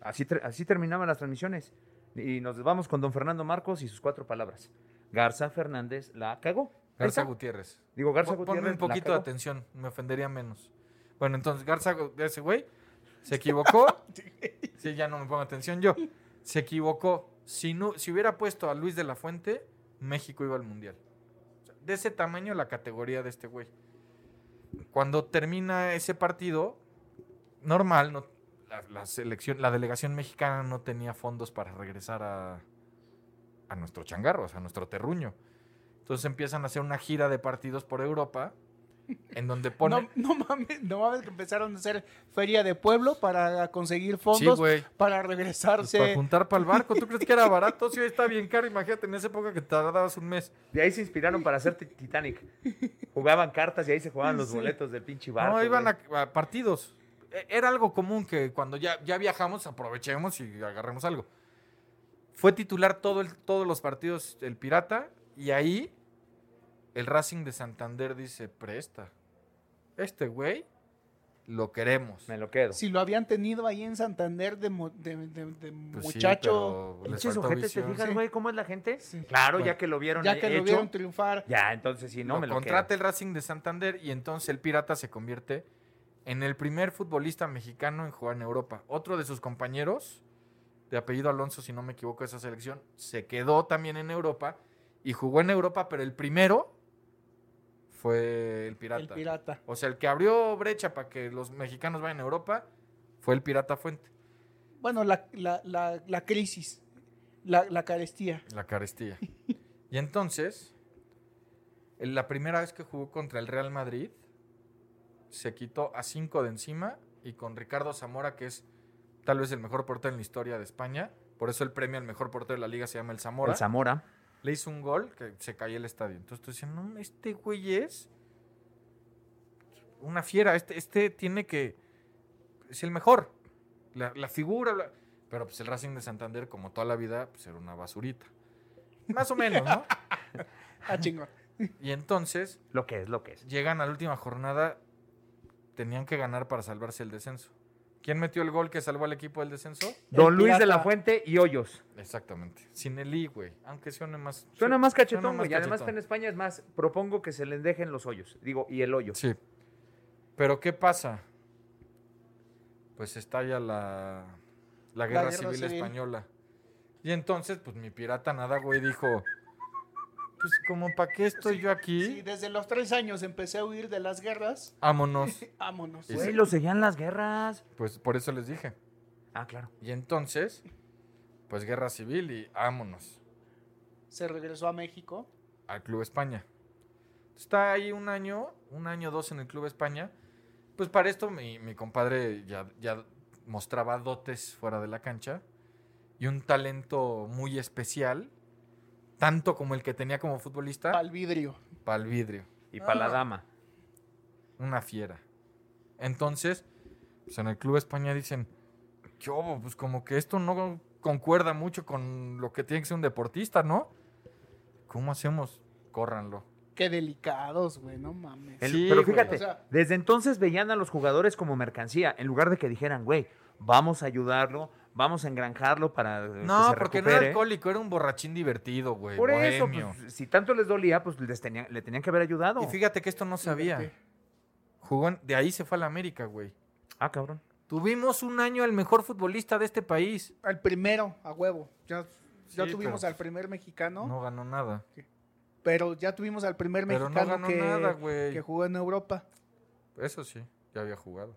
Speaker 2: Así, ter- así terminaban las transmisiones. Y nos vamos con don Fernando Marcos y sus cuatro palabras. Garza Fernández la cagó. Ahí
Speaker 4: Garza
Speaker 2: está.
Speaker 4: Gutiérrez.
Speaker 2: Digo, Garza
Speaker 4: Pon-
Speaker 2: Gutiérrez.
Speaker 4: Ponme un
Speaker 2: la
Speaker 4: poquito de
Speaker 2: cagó.
Speaker 4: atención, me ofendería menos. Bueno, entonces Garza, Gu- ese güey, se equivocó. sí, ya no me pongo atención yo. Se equivocó. Si, no, si hubiera puesto a Luis de la Fuente, México iba al Mundial. O sea, De ese tamaño la categoría de este güey. Cuando termina ese partido, normal, no, la, la selección, la delegación mexicana no tenía fondos para regresar a, a nuestro changarro, o sea, a nuestro terruño. Entonces empiezan a hacer una gira de partidos por Europa, en donde ponen...
Speaker 3: No, no mames, no mames que empezaron a hacer feria de pueblo para conseguir
Speaker 4: Sí,
Speaker 3: fondos
Speaker 4: güey.
Speaker 3: para
Speaker 4: Pues, para
Speaker 3: regresarse.
Speaker 4: juntar para el barco. ¿Tú crees que era barato? Si hoy está bien caro, imagínate en esa época que tardabas un mes.
Speaker 2: De ahí se inspiraron para hacer Tit- Titanic. Jugaban cartas y ahí se jugaban los boletos del pinche barco.
Speaker 4: no, iban
Speaker 2: güey.
Speaker 4: a, a partidos. E- Era algo común que cuando ya, ya viajamos aprovechemos y agarremos algo. Fue titular todo el- todos los partidos el Pirata y ahí el Racing de Santander dice, presta, este güey lo queremos.
Speaker 2: Me lo quedo.
Speaker 3: si lo habían tenido ahí en Santander de, mo- de- de- de
Speaker 4: Pues sí,
Speaker 3: muchacho,
Speaker 4: pero les
Speaker 2: Pinches
Speaker 4: faltó
Speaker 2: ojetes, ¿te
Speaker 4: visión.
Speaker 2: fijas,
Speaker 3: Sí.
Speaker 2: güey, cómo es la gente? Claro, ya que lo vieron
Speaker 3: ya que
Speaker 2: hecho,
Speaker 3: lo vieron triunfar.
Speaker 2: Ya, entonces sí, no
Speaker 4: lo
Speaker 2: me lo
Speaker 4: contrata
Speaker 2: quedo.
Speaker 4: el Racing de Santander y entonces el Pirata se convierte en el primer futbolista mexicano en jugar en Europa. Otro de sus compañeros, de apellido Alonso, si no me equivoco, de esa selección, se quedó también en Europa y jugó en Europa, pero el primero fue el Pirata.
Speaker 3: El pirata.
Speaker 4: O sea, el que abrió brecha para que los mexicanos vayan a Europa fue el Pirata Fuente.
Speaker 3: Bueno, la, la- la- la crisis, la, la carestía.
Speaker 4: La carestía. y entonces, en la primera vez que jugó contra el Real Madrid, se quitó a cinco de encima y con Ricardo Zamora, que es tal vez el mejor portero en la historia de España, por eso el premio al mejor portero de la liga se llama el Zamora,
Speaker 2: El Zamora.
Speaker 4: le hizo un gol que se cayó el estadio. Entonces tú decías, no, este güey es una fiera, este, este tiene que... Es el mejor. La, la figura... la- Pero pues el Racing de Santander, como toda la vida, pues era una basurita. Más o menos, ¿no?
Speaker 3: Ah, chingón.
Speaker 4: Y entonces
Speaker 2: Lo que es, lo que es.
Speaker 4: llegan a la última jornada, tenían que ganar para salvarse el descenso. ¿Quién metió el gol que salvó al equipo del descenso?
Speaker 2: Don Luis de
Speaker 3: pirata.
Speaker 2: la Fuente y Hoyos.
Speaker 4: Exactamente. Sin el I, güey. Aunque suene más...
Speaker 2: Suena más cachetón,
Speaker 4: suena más
Speaker 2: güey. Y además
Speaker 4: cachetón.
Speaker 2: está en España, es más, propongo que se les dejen los hoyos. Digo, y el hoyo.
Speaker 4: Sí. Pero ¿qué pasa? Pues estalla la, la guerra,
Speaker 3: guerra
Speaker 4: civil,
Speaker 3: civil.
Speaker 4: española. Y entonces, pues mi pirata nada, güey, dijo, pues como para qué estoy yo aquí,
Speaker 3: Sí, desde los tres años empecé a huir de las guerras.
Speaker 4: vámonos.
Speaker 3: Vámonos.
Speaker 4: Sí,
Speaker 2: Güey,
Speaker 4: sí.
Speaker 2: lo seguían las guerras.
Speaker 4: Pues por eso les dije.
Speaker 2: Ah, claro.
Speaker 4: Y entonces, pues guerra civil y vámonos
Speaker 3: Se regresó a México.
Speaker 4: al Club España. Está ahí un año, un año dos en el Club España. Pues para esto mi, mi compadre ya, ya mostraba dotes fuera de la cancha y un talento muy especial, tanto como el que tenía como futbolista,
Speaker 3: Al vidrio.
Speaker 4: para el vidrio.
Speaker 2: Y para la
Speaker 4: Ah.
Speaker 2: dama.
Speaker 4: Una fiera. Entonces, pues en el Club España dicen, yo, pues como que esto no concuerda mucho con lo que tiene que ser un deportista, ¿no? ¿Cómo hacemos? Córranlo.
Speaker 3: Qué delicados, güey, no mames.
Speaker 2: El-
Speaker 4: Sí,
Speaker 2: pero
Speaker 4: güey.
Speaker 2: fíjate,
Speaker 3: O sea-
Speaker 2: desde entonces veían a los jugadores como mercancía, en lugar de que dijeran, güey, vamos a ayudarlo, vamos a engranjarlo para eh, que
Speaker 4: No,
Speaker 2: se
Speaker 4: porque no
Speaker 2: recupere.
Speaker 4: era alcohólico, era un borrachín divertido, güey.
Speaker 2: Por eso,
Speaker 4: bohemio.
Speaker 2: pues, si tanto les dolía, pues les tenían, le tenían que haber ayudado.
Speaker 4: Y fíjate que esto no sabía.
Speaker 3: Fíjate.
Speaker 4: Jugó en- de ahí se fue a la América, güey.
Speaker 2: Ah, cabrón.
Speaker 4: Tuvimos un año al mejor futbolista de este país.
Speaker 3: Al primero, a huevo. Ya, ya
Speaker 4: Sí,
Speaker 3: tuvimos
Speaker 4: pero-
Speaker 3: al primer mexicano,
Speaker 4: No, ganó nada.
Speaker 3: pero ya tuvimos al primer
Speaker 4: Pero no ganó
Speaker 3: mexicano que,
Speaker 4: nada, güey.
Speaker 3: que jugó en Europa.
Speaker 4: Eso sí, ya había jugado.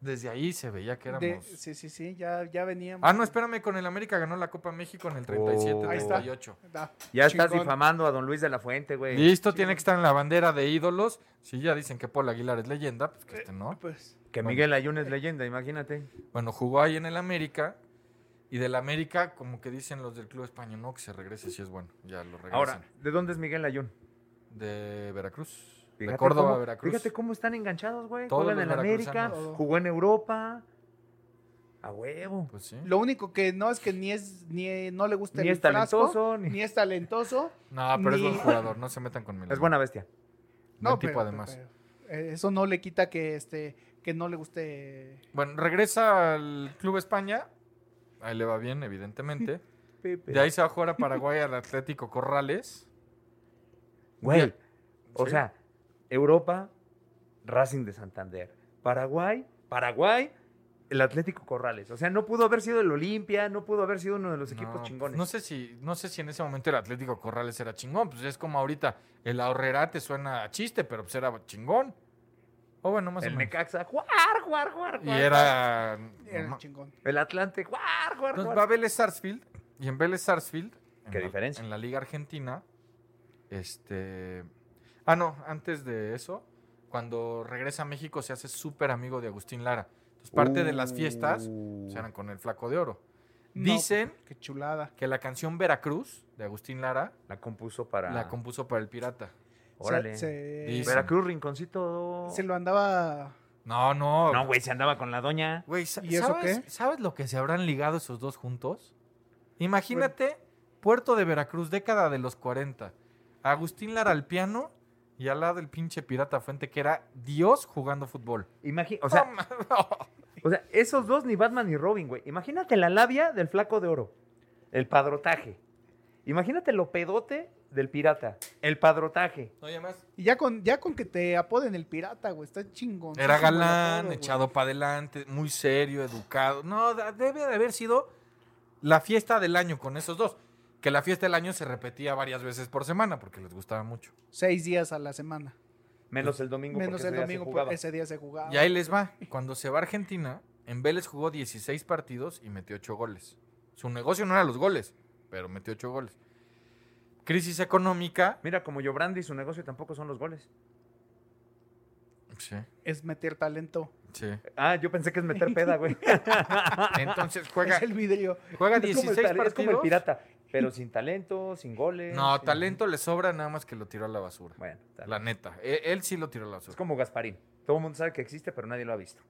Speaker 4: Desde ahí se veía que
Speaker 3: De-
Speaker 4: éramos.
Speaker 3: sí, sí, sí, ya, ya veníamos.
Speaker 4: Ah, no, espérame, con el América ganó la Copa México en el 37,
Speaker 2: Oh.
Speaker 3: Ahí está.
Speaker 4: 38.
Speaker 3: Da,
Speaker 2: Ya estás
Speaker 3: chingón.
Speaker 2: difamando a don Luis de la Fuente, güey.
Speaker 4: Listo, tiene que estar en la bandera de ídolos. Si ya dicen que Paul Aguilar es leyenda, pues que este no.
Speaker 3: Pues,
Speaker 2: Que Miguel Ayun es leyenda, imagínate.
Speaker 4: Bueno, jugó ahí en el América. Y del América, como que dicen los del club español, no, que se regrese si es bueno. Ya lo regresan.
Speaker 2: Ahora, ¿de dónde es Miguel Ayun?
Speaker 4: De Veracruz.
Speaker 2: Fíjate
Speaker 4: de Córdoba,
Speaker 2: cómo-
Speaker 4: Veracruz.
Speaker 2: Fíjate cómo están enganchados, güey.
Speaker 4: Todos
Speaker 2: Juegan
Speaker 4: los
Speaker 2: en América,
Speaker 4: veracruzanos.
Speaker 2: jugó en Europa. A huevo.
Speaker 4: Pues sí.
Speaker 3: lo único que no es que ni es ni no le gusta
Speaker 2: Ni
Speaker 3: el
Speaker 2: es
Speaker 3: frasco,
Speaker 2: talentoso, ni-
Speaker 3: ni... es talentoso.
Speaker 4: No, pero es
Speaker 3: Ni-
Speaker 4: buen jugador, no se metan con Milán.
Speaker 2: Es buena bestia.
Speaker 4: No,
Speaker 3: No,
Speaker 4: tipo
Speaker 3: pero-
Speaker 4: además.
Speaker 3: pero, eh, eso no le quita que este que no le guste
Speaker 4: Bueno, regresa al Club España. Ahí le va bien, evidentemente. De ahí se va a jugar a Paraguay al Atlético Corrales.
Speaker 2: Güey,
Speaker 4: Bien.
Speaker 2: o
Speaker 4: Sí.
Speaker 2: sea, Europa, Racing de Santander. Paraguay, Paraguay, el Atlético Corrales. O sea, no pudo haber sido el Olimpia, no pudo haber sido uno de los equipos
Speaker 4: No, pues,
Speaker 2: chingones.
Speaker 4: No sé, si, no sé si en ese momento el Atlético Corrales era chingón. Pues es como ahorita el ahorrera te suena a chiste, pero pues era chingón. O bueno, más
Speaker 2: el
Speaker 4: o menos.
Speaker 2: Necaxa, juar, juar, juar,
Speaker 4: Y
Speaker 2: juar,
Speaker 4: era.
Speaker 3: era
Speaker 4: no,
Speaker 3: chingón.
Speaker 2: El Atlante, juar, juar,
Speaker 4: Entonces
Speaker 2: juar.
Speaker 4: va a Vélez Sarsfield y en Vélez Sarsfield.
Speaker 2: ¿Qué diferencia?
Speaker 4: En la Liga Argentina. Este. Ah, no, antes de eso, cuando regresa a México se hace súper amigo de Agustín Lara. Entonces parte de las fiestas
Speaker 2: Uh,
Speaker 4: pues, eran con el Flaco de Oro.
Speaker 2: pues,
Speaker 3: No,
Speaker 4: Dicen
Speaker 3: qué chulada.
Speaker 4: que la canción Veracruz de Agustín Lara
Speaker 2: La compuso para.
Speaker 4: la compuso para el Pirata.
Speaker 3: Se-
Speaker 2: Órale.
Speaker 3: Se,
Speaker 4: Dice.
Speaker 2: Veracruz, Rinconcito.
Speaker 3: se lo andaba
Speaker 4: No, no.
Speaker 2: No, güey, se andaba con la doña.
Speaker 4: Güey, sa-
Speaker 3: ¿Y eso
Speaker 4: ¿sabes,
Speaker 3: qué?
Speaker 4: sabes lo que se habrán ligado esos dos juntos? Imagínate, Puerto de Veracruz, década de los 40. Agustín Lara al piano y al lado el pinche pirata Fuente, que era Dios jugando fútbol.
Speaker 2: Imagi- o, sea,
Speaker 4: Oh.
Speaker 2: o sea, esos dos ni Batman ni Robin, güey. Imagínate la labia del flaco de oro. El padrotaje. Imagínate lo pedote del pirata. El padrotaje.
Speaker 4: No, y además,
Speaker 3: y ya con ya con que te apoden el pirata, güey, está chingón.
Speaker 4: Era
Speaker 3: está chingón el
Speaker 4: galán,
Speaker 3: apodo, güey.
Speaker 4: echado para adelante, muy serio, educado. No, da- debe de haber sido la fiesta del año con esos dos. Que la fiesta del año se repetía varias veces por semana porque les gustaba mucho.
Speaker 3: seis días a la semana,
Speaker 2: Menos el domingo.
Speaker 3: menos
Speaker 2: porque
Speaker 3: el
Speaker 2: ese día se
Speaker 3: domingo
Speaker 2: jugaba.
Speaker 3: porque ese día se jugaba.
Speaker 4: Y ahí les va. Cuando se va a Argentina, en Vélez jugó 16 partidos y metió 8 goles. Su negocio no era los goles, pero metió 8 goles. Crisis económica.
Speaker 2: Mira, como yo Brandi, su negocio tampoco son los goles.
Speaker 4: Sí,
Speaker 3: Es meter talento.
Speaker 4: sí.
Speaker 2: Ah, yo pensé que es meter peda, güey.
Speaker 4: Entonces juega,
Speaker 3: Es el vidrio.
Speaker 4: juega
Speaker 2: Es como el
Speaker 4: 16
Speaker 2: tal-
Speaker 4: partidos.
Speaker 2: Es como el pirata, pero sin talento, sin goles.
Speaker 4: No,
Speaker 2: sin-
Speaker 4: talento le sobra, nada más que lo tiró a la basura.
Speaker 2: Bueno, tal-
Speaker 4: La neta. e- Él, sí lo tiró a la
Speaker 2: es
Speaker 4: basura.
Speaker 2: como Gasparín. Todo el mundo sabe que existe, pero nadie lo ha visto.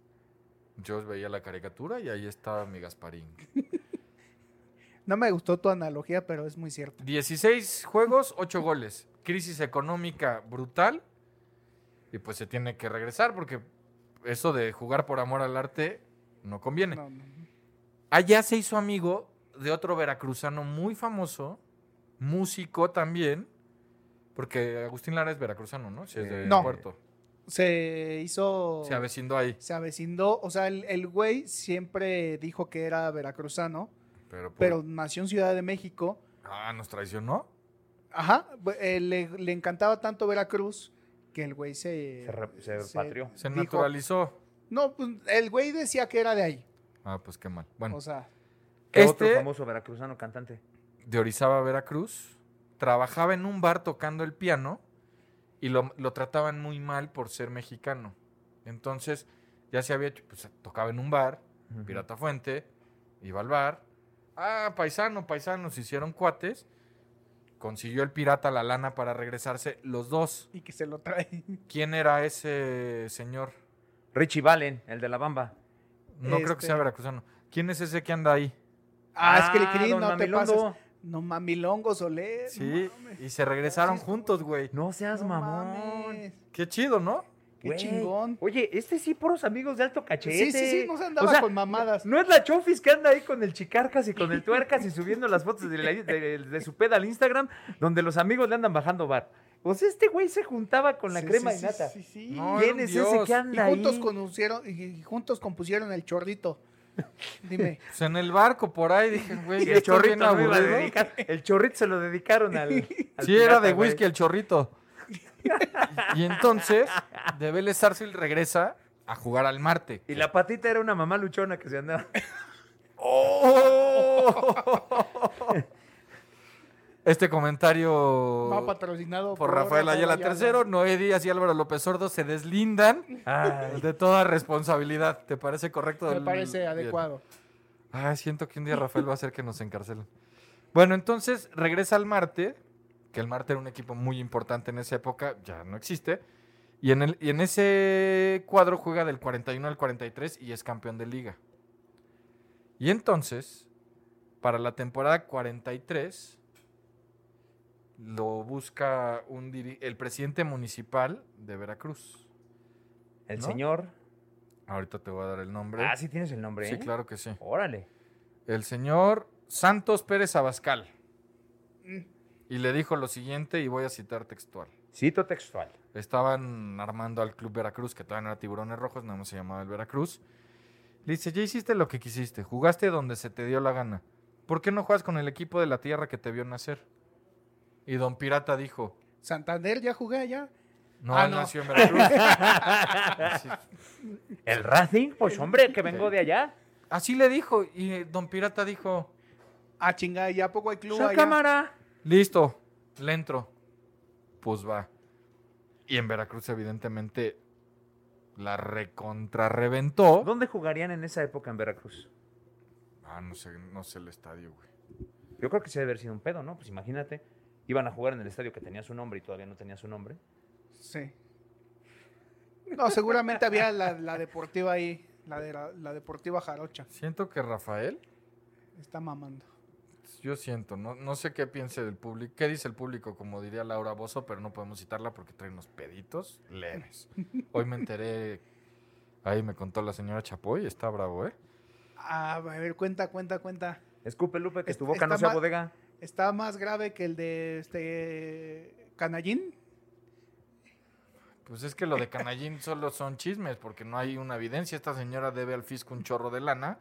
Speaker 4: Yo veía la caricatura y ahí estaba mi Gasparín.
Speaker 3: No me gustó tu analogía, pero es muy cierta.
Speaker 4: 16 juegos, 8 goles. Crisis económica brutal. Y pues se tiene que regresar porque eso de jugar por amor al arte no conviene.
Speaker 3: No, no, no.
Speaker 4: Allá se hizo amigo de otro veracruzano muy famoso, músico también, porque Agustín Lara es veracruzano, ¿no? Si es de
Speaker 3: No.
Speaker 4: Puerto.
Speaker 3: Se hizo
Speaker 4: Se avecindó ahí.
Speaker 3: se avecindó, o sea, el, el güey siempre dijo que era veracruzano,
Speaker 4: Pero, por-
Speaker 3: pero nació en Ciudad de México.
Speaker 4: Ah, nos traicionó.
Speaker 3: Ajá, bu- eh, le, le encantaba tanto Veracruz que el güey se...
Speaker 2: Se re- se repatrió.
Speaker 4: Se
Speaker 3: dijo-
Speaker 4: naturalizó.
Speaker 3: No, pues el güey decía que era de ahí.
Speaker 4: Ah, pues qué mal. Bueno,
Speaker 3: O sea,
Speaker 2: ¿Qué otro
Speaker 4: Este-
Speaker 2: famoso veracruzano cantante?
Speaker 4: de Orizaba, Veracruz, trabajaba en un bar tocando el piano y lo, lo trataban muy mal por ser mexicano. Entonces, ya se había hecho, pues tocaba en un bar, Pirata Fuente, iba al bar, ah, paisano, paisano, se hicieron cuates, consiguió el pirata la lana para regresarse los dos.
Speaker 3: y que se lo trae.
Speaker 4: ¿Quién era ese señor?
Speaker 2: Richie Valen, el de la bamba.
Speaker 4: No creo que
Speaker 3: Este-
Speaker 4: sea veracruzano. ¿Quién es ese que anda ahí?
Speaker 3: Ah, es que el
Speaker 2: Ah,
Speaker 3: Cris
Speaker 2: don
Speaker 3: no te
Speaker 2: Mamilondo.
Speaker 3: pases. No mamilongo Soler.
Speaker 4: Sí, y se regresaron juntos, güey.
Speaker 2: No seas
Speaker 3: No
Speaker 2: mamón.
Speaker 3: mames.
Speaker 4: Qué chido, ¿no?
Speaker 3: Qué
Speaker 2: Güey.
Speaker 3: chingón.
Speaker 2: Oye, este sí, puros amigos de alto cachete.
Speaker 3: Sí, sí, sí, no se andaba con mamadas.
Speaker 2: No es la chofis que anda ahí con el chicarcas y con el tuercas y subiendo las fotos de, la- de- de su peda al Instagram, donde los amigos le andan bajando bar. O sea, este güey se juntaba con la
Speaker 3: Sí,
Speaker 2: crema
Speaker 3: sí,
Speaker 2: y
Speaker 3: sí,
Speaker 2: nata.
Speaker 3: sí, sí.
Speaker 4: No, era
Speaker 2: ¿Quién
Speaker 4: un
Speaker 2: es
Speaker 4: dios.
Speaker 2: ese que
Speaker 3: Y
Speaker 2: anda
Speaker 3: juntos
Speaker 2: ahí?
Speaker 3: conocieron, y juntos compusieron el chorrito. Dime.
Speaker 4: Pues en el barco por ahí dije, güey,
Speaker 2: Y
Speaker 4: esto
Speaker 2: el
Speaker 4: es
Speaker 2: chorrito
Speaker 4: bien
Speaker 2: no iba a
Speaker 4: aburrido.
Speaker 2: dedicar- El chorrito se lo dedicaron al. al
Speaker 4: Sí, era
Speaker 2: pirata,
Speaker 4: de
Speaker 2: güey.
Speaker 4: whisky el chorrito. Y entonces, de Vélez Sarsfield regresa a jugar al Marte.
Speaker 2: Y la patita era una mamá luchona que se andaba. ¡Oh!
Speaker 4: Este comentario
Speaker 3: Va patrocinado
Speaker 4: por Rafael Ayala III, Noé Díaz y Álvaro López Sordo se deslindan
Speaker 2: Ay,
Speaker 4: de toda responsabilidad. ¿Te parece correcto?
Speaker 3: Me
Speaker 4: el-
Speaker 3: parece
Speaker 4: bien?
Speaker 3: adecuado.
Speaker 4: Ay, siento que un día Rafael va a hacer que nos encarcelen. Bueno, entonces regresa al Marte, que el Marte era un equipo muy importante en esa época, ya no existe. Y en, el, y en ese cuadro juega del 41 al 43 y es campeón de liga. Y entonces, para la temporada 43, lo busca un diri- el presidente municipal de Veracruz.
Speaker 2: el
Speaker 4: ¿No?
Speaker 2: señor.
Speaker 4: Ahorita te voy a dar el nombre.
Speaker 2: Ah, sí tienes el nombre,
Speaker 4: Sí,
Speaker 2: ¿eh?
Speaker 4: claro que sí.
Speaker 2: Órale.
Speaker 4: el señor Santos Pérez Abascal.
Speaker 3: Mm.
Speaker 4: Y le dijo lo siguiente, y voy a citar textual.
Speaker 2: Cito textual.
Speaker 4: Estaban armando al Club Veracruz, que todavía no era Tiburones Rojos, nada más se llamaba el Veracruz. Le dice, ya hiciste lo que quisiste, jugaste donde se te dio la gana. ¿Por qué no juegas con el equipo de la tierra que te vio nacer? Y Don Pirata dijo,
Speaker 3: Santander, ya jugué, ya.
Speaker 4: no,
Speaker 3: Ah,
Speaker 4: él
Speaker 3: no.
Speaker 4: nació en Veracruz. Así,
Speaker 2: El Racing, pues hombre, que vengo de allá.
Speaker 4: así le dijo, y Don Pirata dijo,
Speaker 3: Ah, chingada, ¿y a poco hay club
Speaker 2: Su
Speaker 3: allá?
Speaker 2: cámara.
Speaker 4: Listo, le entro. Pues va. Y en Veracruz, evidentemente, la recontrarreventó.
Speaker 2: ¿Dónde jugarían en esa época en Veracruz?
Speaker 4: Ah, no sé, no sé el estadio, güey.
Speaker 2: Yo creo que sí debe haber sido un pedo, ¿no? Pues imagínate, iban a jugar en el estadio que tenía su nombre y todavía no tenía su nombre.
Speaker 3: Sí. No, seguramente había la, la deportiva ahí, la, de la, la deportiva Jarocha.
Speaker 4: Siento que Rafael,
Speaker 3: Está mamando.
Speaker 4: yo siento, no, no sé qué piense del público, qué dice el público, como diría Laura Bozo, pero no podemos citarla porque trae unos peditos leves. Hoy me enteré, ahí me contó la señora Chapoy, está bravo, ¿eh?
Speaker 3: Ah, a ver, cuenta, cuenta, cuenta.
Speaker 2: Escupe, Lupe, que tu
Speaker 3: Est-
Speaker 2: boca no
Speaker 3: está
Speaker 2: sea
Speaker 3: mal-
Speaker 2: bodega.
Speaker 3: Está más grave que el de este Canallín.
Speaker 4: Pues es que lo de Canallín solo son chismes, porque no hay una evidencia. Esta señora debe al fisco un chorro de lana.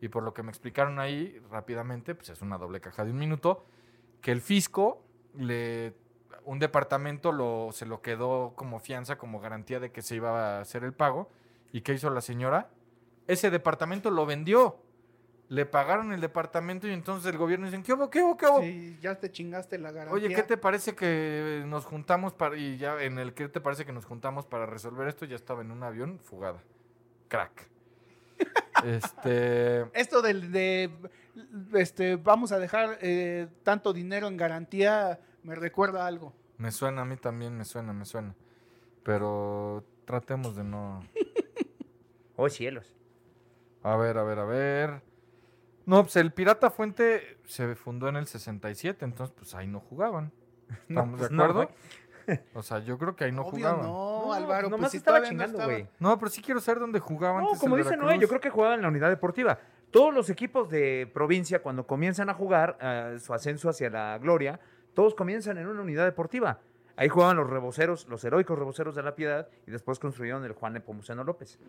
Speaker 4: Y por lo que me explicaron ahí rápidamente, pues es una doble caja de un minuto, que el fisco le un departamento lo, se lo quedó como fianza, como garantía de que se iba a hacer el pago. ¿Y qué hizo la señora? Ese departamento lo vendió. Le pagaron el departamento y entonces el gobierno dice, ¿qué hubo, qué hubo, qué hubo?
Speaker 3: Sí, ya te chingaste la garantía.
Speaker 4: Oye, ¿qué te parece que nos juntamos para y ya en el que te parece que nos juntamos para resolver esto? Ya estaba en un avión fugada. Crack. este,
Speaker 3: Esto del de, este, vamos a dejar eh, tanto dinero en garantía, me recuerda a algo.
Speaker 4: me suena a mí también, me suena, me suena. Pero tratemos de no
Speaker 2: Oh, cielos.
Speaker 4: A ver, a ver, a ver. No, pues el Pirata Fuente se fundó en el 67, entonces pues ahí no jugaban. ¿Estamos
Speaker 2: pues,
Speaker 4: de
Speaker 2: no,
Speaker 4: acuerdo? o sea, yo creo que ahí no
Speaker 3: Obvio,
Speaker 4: jugaban. No.
Speaker 3: no, Álvaro.
Speaker 2: nomás
Speaker 3: pues si
Speaker 2: estaba
Speaker 3: todavía no
Speaker 2: chingando,
Speaker 3: estaba-
Speaker 2: güey.
Speaker 4: pero sí quiero saber dónde jugaba
Speaker 2: No,
Speaker 4: antes el
Speaker 2: como dice Noé,
Speaker 4: Veracruz.
Speaker 2: yo creo que jugaban en la unidad deportiva. Todos los equipos de provincia, cuando comienzan a jugar eh, su ascenso hacia la gloria, todos comienzan en una unidad deportiva. Ahí jugaban los reboceros, los heroicos reboceros de la piedad, y después construyeron el Juan Nepomuceno López.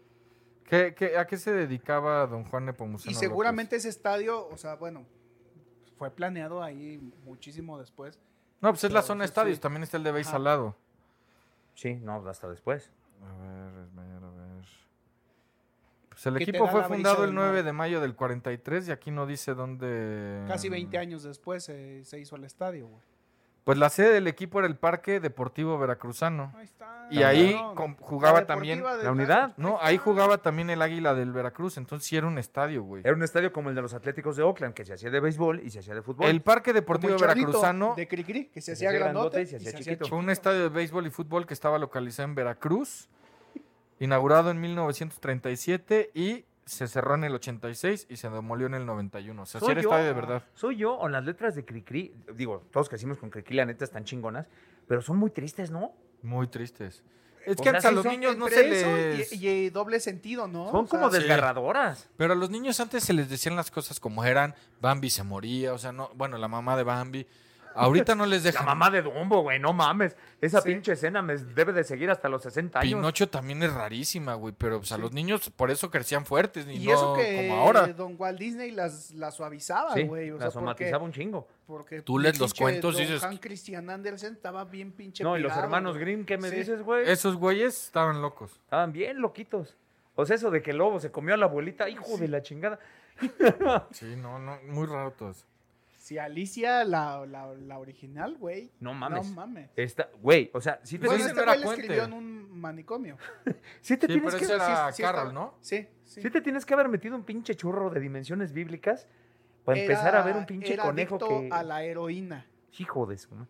Speaker 4: ¿Qué, qué, a qué se dedicaba don Juan Nepomuceno
Speaker 3: Y
Speaker 4: López?
Speaker 3: seguramente ese estadio, o sea, bueno, fue planeado ahí muchísimo después.
Speaker 4: No, pues es la
Speaker 3: Claro,
Speaker 4: zona
Speaker 3: sí,
Speaker 4: estadios,
Speaker 3: sí.
Speaker 4: también está el de Beis
Speaker 3: Ajá.
Speaker 4: al lado.
Speaker 2: Sí, no, hasta después.
Speaker 4: A ver, es mayor, a ver. Pues el
Speaker 3: ¿Qué te
Speaker 4: equipo
Speaker 3: da
Speaker 4: fue
Speaker 3: la brisa
Speaker 4: fundado el
Speaker 3: del
Speaker 4: 9
Speaker 3: mar?
Speaker 4: de mayo del 43 y aquí no dice dónde...
Speaker 3: Casi 20
Speaker 4: años.
Speaker 3: años después eh, se hizo el estadio, güey.
Speaker 4: Pues la sede del equipo era el Parque Deportivo Veracruzano.
Speaker 3: Ahí está.
Speaker 4: Y ahí
Speaker 3: cabrón.
Speaker 4: com- jugaba
Speaker 3: La
Speaker 4: también
Speaker 3: deportiva de
Speaker 2: la unidad.
Speaker 4: No, ahí jugaba también el Águila del Veracruz, entonces sí era un estadio, güey.
Speaker 2: Era un estadio como el de los Atléticos de Oakland, que se hacía de béisbol y se hacía de fútbol.
Speaker 4: El Parque
Speaker 3: Como el
Speaker 4: Deportivo
Speaker 3: chorrito
Speaker 4: Veracruzano
Speaker 3: De Cricri, que se
Speaker 2: se
Speaker 3: hacía
Speaker 2: hacía
Speaker 3: grandote
Speaker 2: grandote
Speaker 3: y se hacía chiquito.
Speaker 4: Fue un estadio de béisbol y fútbol que estaba localizado en Veracruz, inaugurado en 1937 y se cerró en el 86 y se demolió en el 91. O sea, sí
Speaker 2: ¿Soy
Speaker 4: era
Speaker 2: yo?
Speaker 4: estadio de verdad.
Speaker 2: Soy yo o las letras de Cricri. Digo, todos crecimos con Cricri, la neta están chingonas, pero son muy tristes, ¿no?
Speaker 4: Muy tristes. Es
Speaker 2: O
Speaker 4: que
Speaker 2: sea,
Speaker 4: antes a
Speaker 2: sí
Speaker 4: los
Speaker 2: son
Speaker 4: niños no
Speaker 3: Entre
Speaker 4: se les...
Speaker 3: eso y, y doble sentido, ¿no?
Speaker 2: Son
Speaker 3: O sea,
Speaker 2: como
Speaker 4: sí.
Speaker 2: desgarradoras.
Speaker 4: Pero a los niños antes se les decían las cosas como eran. Bambi se moría, o sea, no, bueno, la mamá de Bambi. Ahorita no les
Speaker 5: La
Speaker 4: dejan.
Speaker 5: mamá de Dumbo, güey, no mames. Esa pinche escena me debe de seguir hasta los 60 años.
Speaker 4: Pinocho también es rarísima, güey. Pero pues, a los niños por eso crecían fuertes. Y,
Speaker 3: Y
Speaker 4: no
Speaker 3: eso que
Speaker 4: como ahora.
Speaker 3: Don Walt Disney las, las suavizaba,
Speaker 5: Sí,
Speaker 3: güey. o
Speaker 5: la
Speaker 3: sea, porque,
Speaker 5: somatizaba un chingo.
Speaker 3: porque
Speaker 4: Tú lees los
Speaker 3: pinche
Speaker 4: cuentos y
Speaker 3: Don
Speaker 4: dices-
Speaker 3: Hans Christian Andersen estaba bien pinche
Speaker 5: No, y los
Speaker 3: pirado,
Speaker 5: hermanos
Speaker 3: güey.
Speaker 5: Grimm, ¿qué me
Speaker 3: Sí.
Speaker 5: dices, güey?
Speaker 4: Esos güeyes estaban locos.
Speaker 5: Estaban bien loquitos. O sea, eso de que el lobo se comió a la abuelita, hijo de la chingada.
Speaker 4: Sí, no, no, muy raro todo eso.
Speaker 3: Si Alicia, la, la, la original, güey.
Speaker 5: No mames.
Speaker 3: No mames.
Speaker 5: Está, güey, o sea, sí te
Speaker 3: Bueno,
Speaker 4: pues ese
Speaker 5: tienes,
Speaker 3: este
Speaker 4: no era
Speaker 3: güey la escribió en
Speaker 4: Puente.
Speaker 3: un manicomio.
Speaker 5: sí te
Speaker 4: Sí,
Speaker 5: tienes
Speaker 4: pero
Speaker 5: que
Speaker 4: ese era
Speaker 3: Sí, sí
Speaker 4: Carol,
Speaker 3: estaba-
Speaker 4: ¿no?
Speaker 3: Sí, sí.
Speaker 5: sí te tienes que haber metido un pinche churro de dimensiones bíblicas para
Speaker 3: Era-
Speaker 5: empezar a ver un pinche
Speaker 3: era
Speaker 5: conejo
Speaker 3: adicto
Speaker 5: que
Speaker 3: a la heroína.
Speaker 5: hijo de su. ma-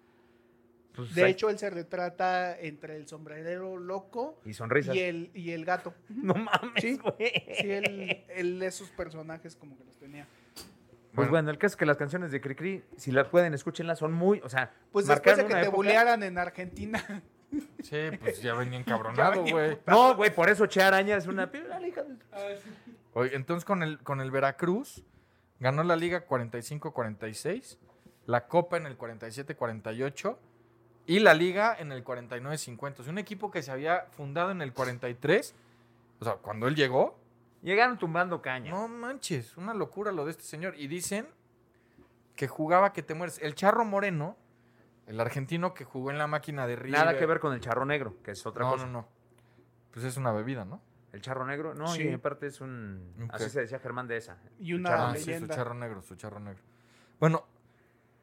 Speaker 5: Pues,
Speaker 3: De
Speaker 5: ahí-
Speaker 3: hecho, él se retrata entre el sombrerero loco
Speaker 5: y sonrisas.
Speaker 3: y el, y el gato.
Speaker 5: No mames,
Speaker 3: Sí,
Speaker 5: güey.
Speaker 2: Pues,
Speaker 3: Sí, él, él esos personajes como que los tenía.
Speaker 5: Pues bueno, el caso es que las canciones de Cricri, si las pueden, escúchenlas, son muy, o sea,
Speaker 3: Pues después de
Speaker 5: marcaron
Speaker 3: que
Speaker 5: una
Speaker 3: te
Speaker 5: época.
Speaker 3: bulearan en Argentina.
Speaker 4: Sí, pues ya venía encabronado, güey.
Speaker 5: No, güey, por eso Che Araña es una hija de-
Speaker 4: Oye, entonces con el, con el Veracruz ganó la liga 45-46, la copa en el 47-48 y la liga en el 49-50. Es un equipo que se había fundado en el 43, o sea, cuando él llegó.
Speaker 5: Llegaron tumbando caña.
Speaker 4: No manches, una locura lo de este señor. Y dicen que jugaba que te mueres. El Charro Moreno, el argentino que jugó en la máquina de River.
Speaker 5: Nada que ver con el charro negro, que es otra
Speaker 4: No,
Speaker 5: cosa.
Speaker 4: no, no. Pues es una bebida, ¿no?
Speaker 5: El charro negro, no,
Speaker 3: Sí.
Speaker 5: y aparte es un.
Speaker 4: Ok.
Speaker 5: Así se decía Germán de esa.
Speaker 3: Y
Speaker 4: Ah,
Speaker 3: una
Speaker 4: sí, su
Speaker 3: leyenda.
Speaker 4: charro negro, su charro negro. Bueno,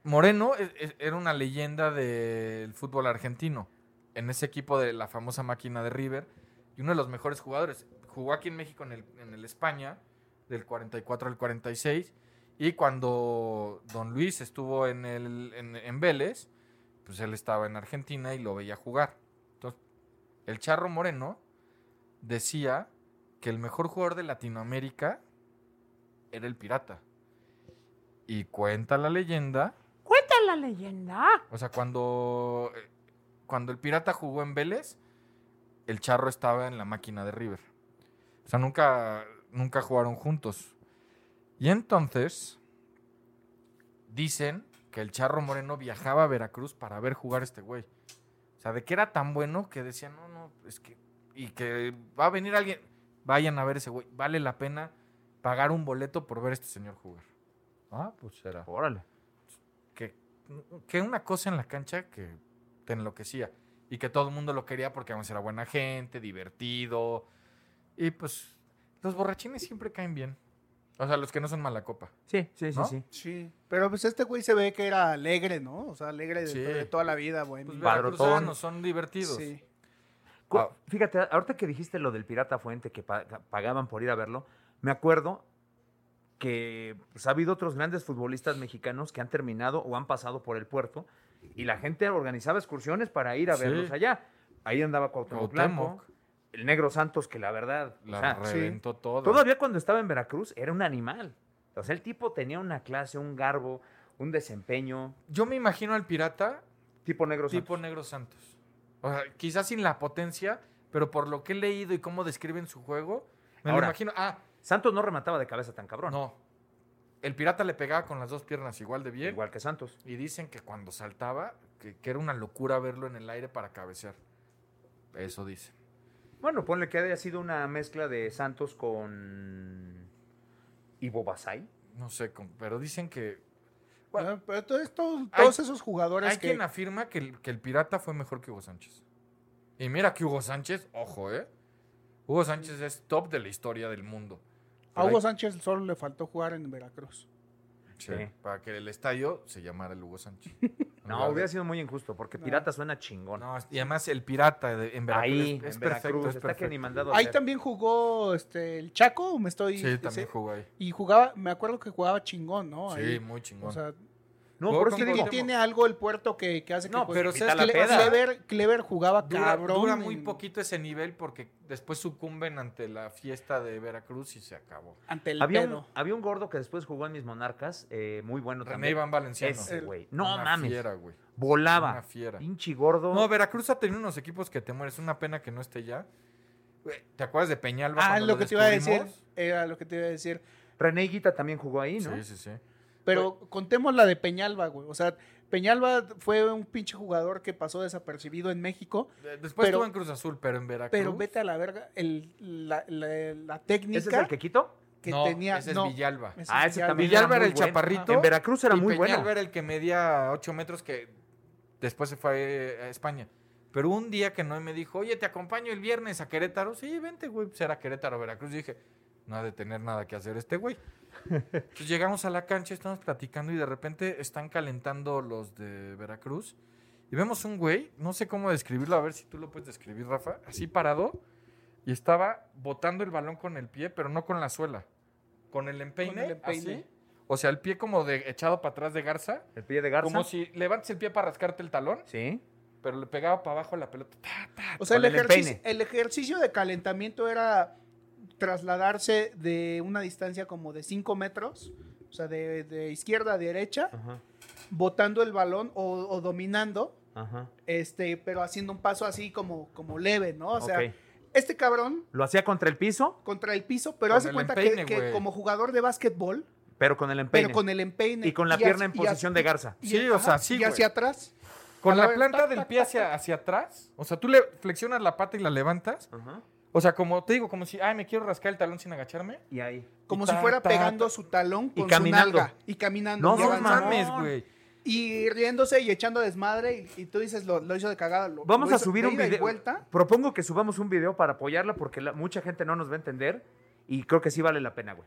Speaker 4: Moreno e- e- era una leyenda del fútbol argentino. En ese equipo de la famosa máquina de River. Y uno de los mejores jugadores. Jugó aquí en México, en el, en el España, del 44 al 46. Y cuando Don Luis estuvo en, el, en, en Vélez, pues él estaba en Argentina y lo veía jugar. Entonces, el Charro Moreno decía que el mejor jugador de Latinoamérica era el pirata. Y cuenta la leyenda.
Speaker 5: Cuenta la leyenda.
Speaker 4: O sea, cuando, eh, cuando el pirata jugó en Vélez, el charro estaba en la máquina de River. O sea, nunca, nunca jugaron juntos. Y entonces dicen que el charro Moreno viajaba a Veracruz para ver jugar a este güey. O sea, de que era tan bueno que decían, no, no, es que. Y que va a venir alguien. Vayan a ver ese güey. Vale la pena pagar un boleto por ver a este señor jugar. Ah, pues será
Speaker 5: Órale.
Speaker 4: que, que una cosa en la cancha que te enloquecía y que todo el mundo lo quería porque además era buena gente, divertido. Y pues los borrachines siempre caen bien. O sea, los que no son mala copa.
Speaker 5: Sí, sí, sí,
Speaker 4: ¿No?
Speaker 5: sí.
Speaker 3: Sí. Pero pues este güey se ve que era alegre, ¿no? O sea, alegre de,
Speaker 4: Sí.
Speaker 3: de toda la vida, güey.
Speaker 4: Pues
Speaker 5: Mm. Padrotón.
Speaker 4: veracruzanos son divertidos.
Speaker 3: Sí.
Speaker 5: Cu-
Speaker 4: Ah.
Speaker 5: Fíjate, ahorita que dijiste lo del Pirata Fuente que pa- pagaban por ir a verlo, me acuerdo que pues, ha habido otros grandes futbolistas mexicanos que han terminado o han pasado por el puerto y la gente organizaba excursiones para ir a
Speaker 4: Sí.
Speaker 5: verlos allá. Ahí andaba Cuauhtémoc, Blanco,
Speaker 4: Cuauhtémoc
Speaker 5: el Negro Santos, que la verdad, o
Speaker 4: la
Speaker 5: sea,
Speaker 4: reventó toda.
Speaker 5: Ah, Todavía cuando estaba en Veracruz era un animal. O sea, el tipo tenía una clase, un garbo, un desempeño,
Speaker 4: Yo me imagino al pirata
Speaker 5: tipo negro.
Speaker 4: tipo
Speaker 5: Santos.
Speaker 4: Negro Santos. O sea, quizás sin la potencia, pero por lo que he leído y cómo describen su juego, me lo
Speaker 5: Ahora.
Speaker 4: imagino. Ah,
Speaker 5: Santos no remataba de cabeza tan cabrón.
Speaker 4: no. El pirata le pegaba con las dos piernas igual de bien.
Speaker 5: Igual que Santos.
Speaker 4: Y dicen que cuando saltaba, que, que era una locura verlo en el aire para cabecear. Eso dicen.
Speaker 5: Bueno, ponle que haya sido una mezcla de Santos con Ivo Basay.
Speaker 4: No sé, con- pero dicen que...
Speaker 3: Bueno, pero todo esto-
Speaker 4: hay-
Speaker 3: todos esos jugadores
Speaker 4: Hay
Speaker 3: que...
Speaker 4: quien afirma que el, que el Pirata fue mejor que Hugo Sánchez. Y mira que Hugo Sánchez, ojo, ¿eh? Hugo Sánchez es top de la historia del mundo.
Speaker 3: A
Speaker 4: Pero
Speaker 3: Hugo
Speaker 4: hay-
Speaker 3: Sánchez solo le faltó jugar en Veracruz.
Speaker 4: Sí, Para que el estadio se llamara el Hugo Sánchez. En
Speaker 5: No,
Speaker 4: lugar de-
Speaker 5: hubiera sido muy injusto porque Pirata suena chingón.
Speaker 4: No, y además el Pirata de- en Veracruz
Speaker 5: Ahí,
Speaker 4: es, es
Speaker 5: en
Speaker 4: perfecto.
Speaker 5: Veracruz,
Speaker 4: es
Speaker 5: está que ni
Speaker 4: perfecto.
Speaker 5: mandado a
Speaker 3: Ahí
Speaker 5: hacer.
Speaker 3: también jugó este, el Chaco, ¿o me estoy...
Speaker 4: Sí, también
Speaker 3: ese?
Speaker 4: jugó ahí.
Speaker 3: Y jugaba, me acuerdo que jugaba chingón, ¿no?
Speaker 4: Sí,
Speaker 3: Ahí.
Speaker 4: muy chingón.
Speaker 3: O sea,
Speaker 5: No,
Speaker 4: Jugó
Speaker 5: por eso
Speaker 4: con
Speaker 5: te digo,
Speaker 3: que
Speaker 4: Cuauhtémoc.
Speaker 3: tiene algo el puerto que, que hace que...
Speaker 4: No,
Speaker 3: juegue.
Speaker 4: pero
Speaker 5: Quita
Speaker 4: ¿sabes
Speaker 5: Pues la
Speaker 4: qué le-
Speaker 5: peda.
Speaker 3: Clever, Clever jugaba
Speaker 4: Dura,
Speaker 3: cabrón.
Speaker 4: dura muy
Speaker 3: en-
Speaker 4: poquito ese nivel porque después sucumben ante la fiesta de Veracruz y se acabó.
Speaker 3: Ante el
Speaker 5: Había un,
Speaker 3: pedo.
Speaker 5: había un gordo que después jugó en mis monarcas, eh, muy bueno
Speaker 4: René
Speaker 5: también.
Speaker 4: Iván Valenciano.
Speaker 5: Ese, güey. No
Speaker 4: Una
Speaker 5: mames.
Speaker 4: fiera, güey.
Speaker 5: Volaba.
Speaker 4: Una fiera.
Speaker 5: Pinche gordo.
Speaker 4: No, Veracruz ha tenido unos equipos que te mueres. Una pena que no esté ya. Güey, ¿Te acuerdas de Peñalba?
Speaker 3: Ah,
Speaker 4: cuando
Speaker 3: lo que te iba a decir.
Speaker 4: descubrimos?
Speaker 3: Era lo que te iba a decir.
Speaker 5: René Higuita también jugó ahí, ¿no?
Speaker 4: Sí, sí, sí.
Speaker 3: Pero contemos la de Peñalba, güey. O sea, Peñalba fue un pinche jugador que pasó desapercibido en México,
Speaker 4: De- Después
Speaker 3: Pero-
Speaker 4: estuvo en Cruz Azul, pero en Veracruz.
Speaker 3: pero vete a la verga, el, la, la- la
Speaker 2: ¿Ese
Speaker 3: técnica
Speaker 2: es el que quito?
Speaker 3: que
Speaker 4: no,
Speaker 3: tenía.
Speaker 4: Ese es
Speaker 3: no,
Speaker 4: Villalba.
Speaker 3: ese
Speaker 2: Ah,
Speaker 3: es
Speaker 2: ese
Speaker 3: Villalba.
Speaker 2: también
Speaker 4: Villalba era
Speaker 2: muy
Speaker 4: el
Speaker 2: bueno.
Speaker 4: chaparrito.
Speaker 2: En Veracruz era
Speaker 4: y
Speaker 2: muy bueno.
Speaker 4: Peñalba era el que medía 8 metros que después se fue a España. Pero un día que no me dijo, oye, te acompaño el viernes a Querétaro. Sí, vente, güey. Pues era Querétaro, Veracruz. Y dije, no ha de tener nada que hacer este güey. Entonces pues, llegamos a la cancha, estamos platicando y de repente están calentando los de Veracruz. Y vemos un güey, no sé cómo describirlo, a ver si tú lo puedes describir, Rafa, así parado. Y estaba botando el balón con el pie, pero no con la suela. Con el empeine,
Speaker 3: empeine.
Speaker 4: así. O sea, el pie como de echado para atrás de garza.
Speaker 2: El pie de Garza.
Speaker 4: Como si levantes el pie para rascarte el talón,
Speaker 2: Sí.
Speaker 4: pero le pegaba para abajo la pelota. Ta, ta.
Speaker 3: O sea, el
Speaker 2: Con el
Speaker 3: ejercicio,
Speaker 2: empeine.
Speaker 3: el ejercicio de calentamiento era trasladarse de una distancia como de 5 metros, o sea, de, de izquierda a derecha,
Speaker 2: Ajá.
Speaker 3: botando el balón o, o dominando,
Speaker 2: Ajá.
Speaker 3: este, pero haciendo un paso así como, como leve, ¿no? O sea,
Speaker 2: Ok.
Speaker 3: este cabrón
Speaker 2: Lo hacía contra el piso,
Speaker 3: contra el piso, pero
Speaker 4: Con
Speaker 3: hace
Speaker 4: el
Speaker 3: cuenta
Speaker 4: empeine,
Speaker 3: que, que
Speaker 4: güey.
Speaker 3: como jugador de básquetbol,
Speaker 2: pero con el empeine.
Speaker 3: pero con el empeine.
Speaker 2: Y con la
Speaker 3: hacia-
Speaker 2: pierna en
Speaker 3: y
Speaker 2: posición de
Speaker 3: hacia-
Speaker 2: Garza.
Speaker 3: y-
Speaker 4: Sí, o sea, sí,
Speaker 3: Y hacia
Speaker 4: güey.
Speaker 3: atrás.
Speaker 4: Con la
Speaker 3: Ahora,
Speaker 4: planta
Speaker 3: tac,
Speaker 4: del
Speaker 3: tac,
Speaker 4: pie hacia, hacia atrás. O sea, tú le flexionas la pata y la levantas.
Speaker 2: Ajá.
Speaker 4: O sea, como te digo, como si, ay, me quiero rascar el talón sin agacharme.
Speaker 2: Y ahí.
Speaker 3: Como
Speaker 4: Y
Speaker 3: si
Speaker 4: ta,
Speaker 3: fuera
Speaker 4: ta,
Speaker 3: pegando
Speaker 4: ta.
Speaker 3: su talón
Speaker 2: Y
Speaker 3: con su
Speaker 2: caminando.
Speaker 3: nalga. Y caminando.
Speaker 2: No,
Speaker 3: y
Speaker 2: no
Speaker 3: avanzando.
Speaker 2: mames,
Speaker 4: güey.
Speaker 3: Y riéndose y echando desmadre. Y, y tú dices, lo, lo hizo de cagada. lo-
Speaker 2: Vamos
Speaker 3: lo
Speaker 2: a
Speaker 3: hizo
Speaker 2: subir
Speaker 3: de
Speaker 2: un
Speaker 3: ida y
Speaker 2: video.
Speaker 3: vuelta.
Speaker 2: Propongo que subamos un video para apoyarla porque la- mucha gente no nos va a entender y creo que sí vale la pena, güey.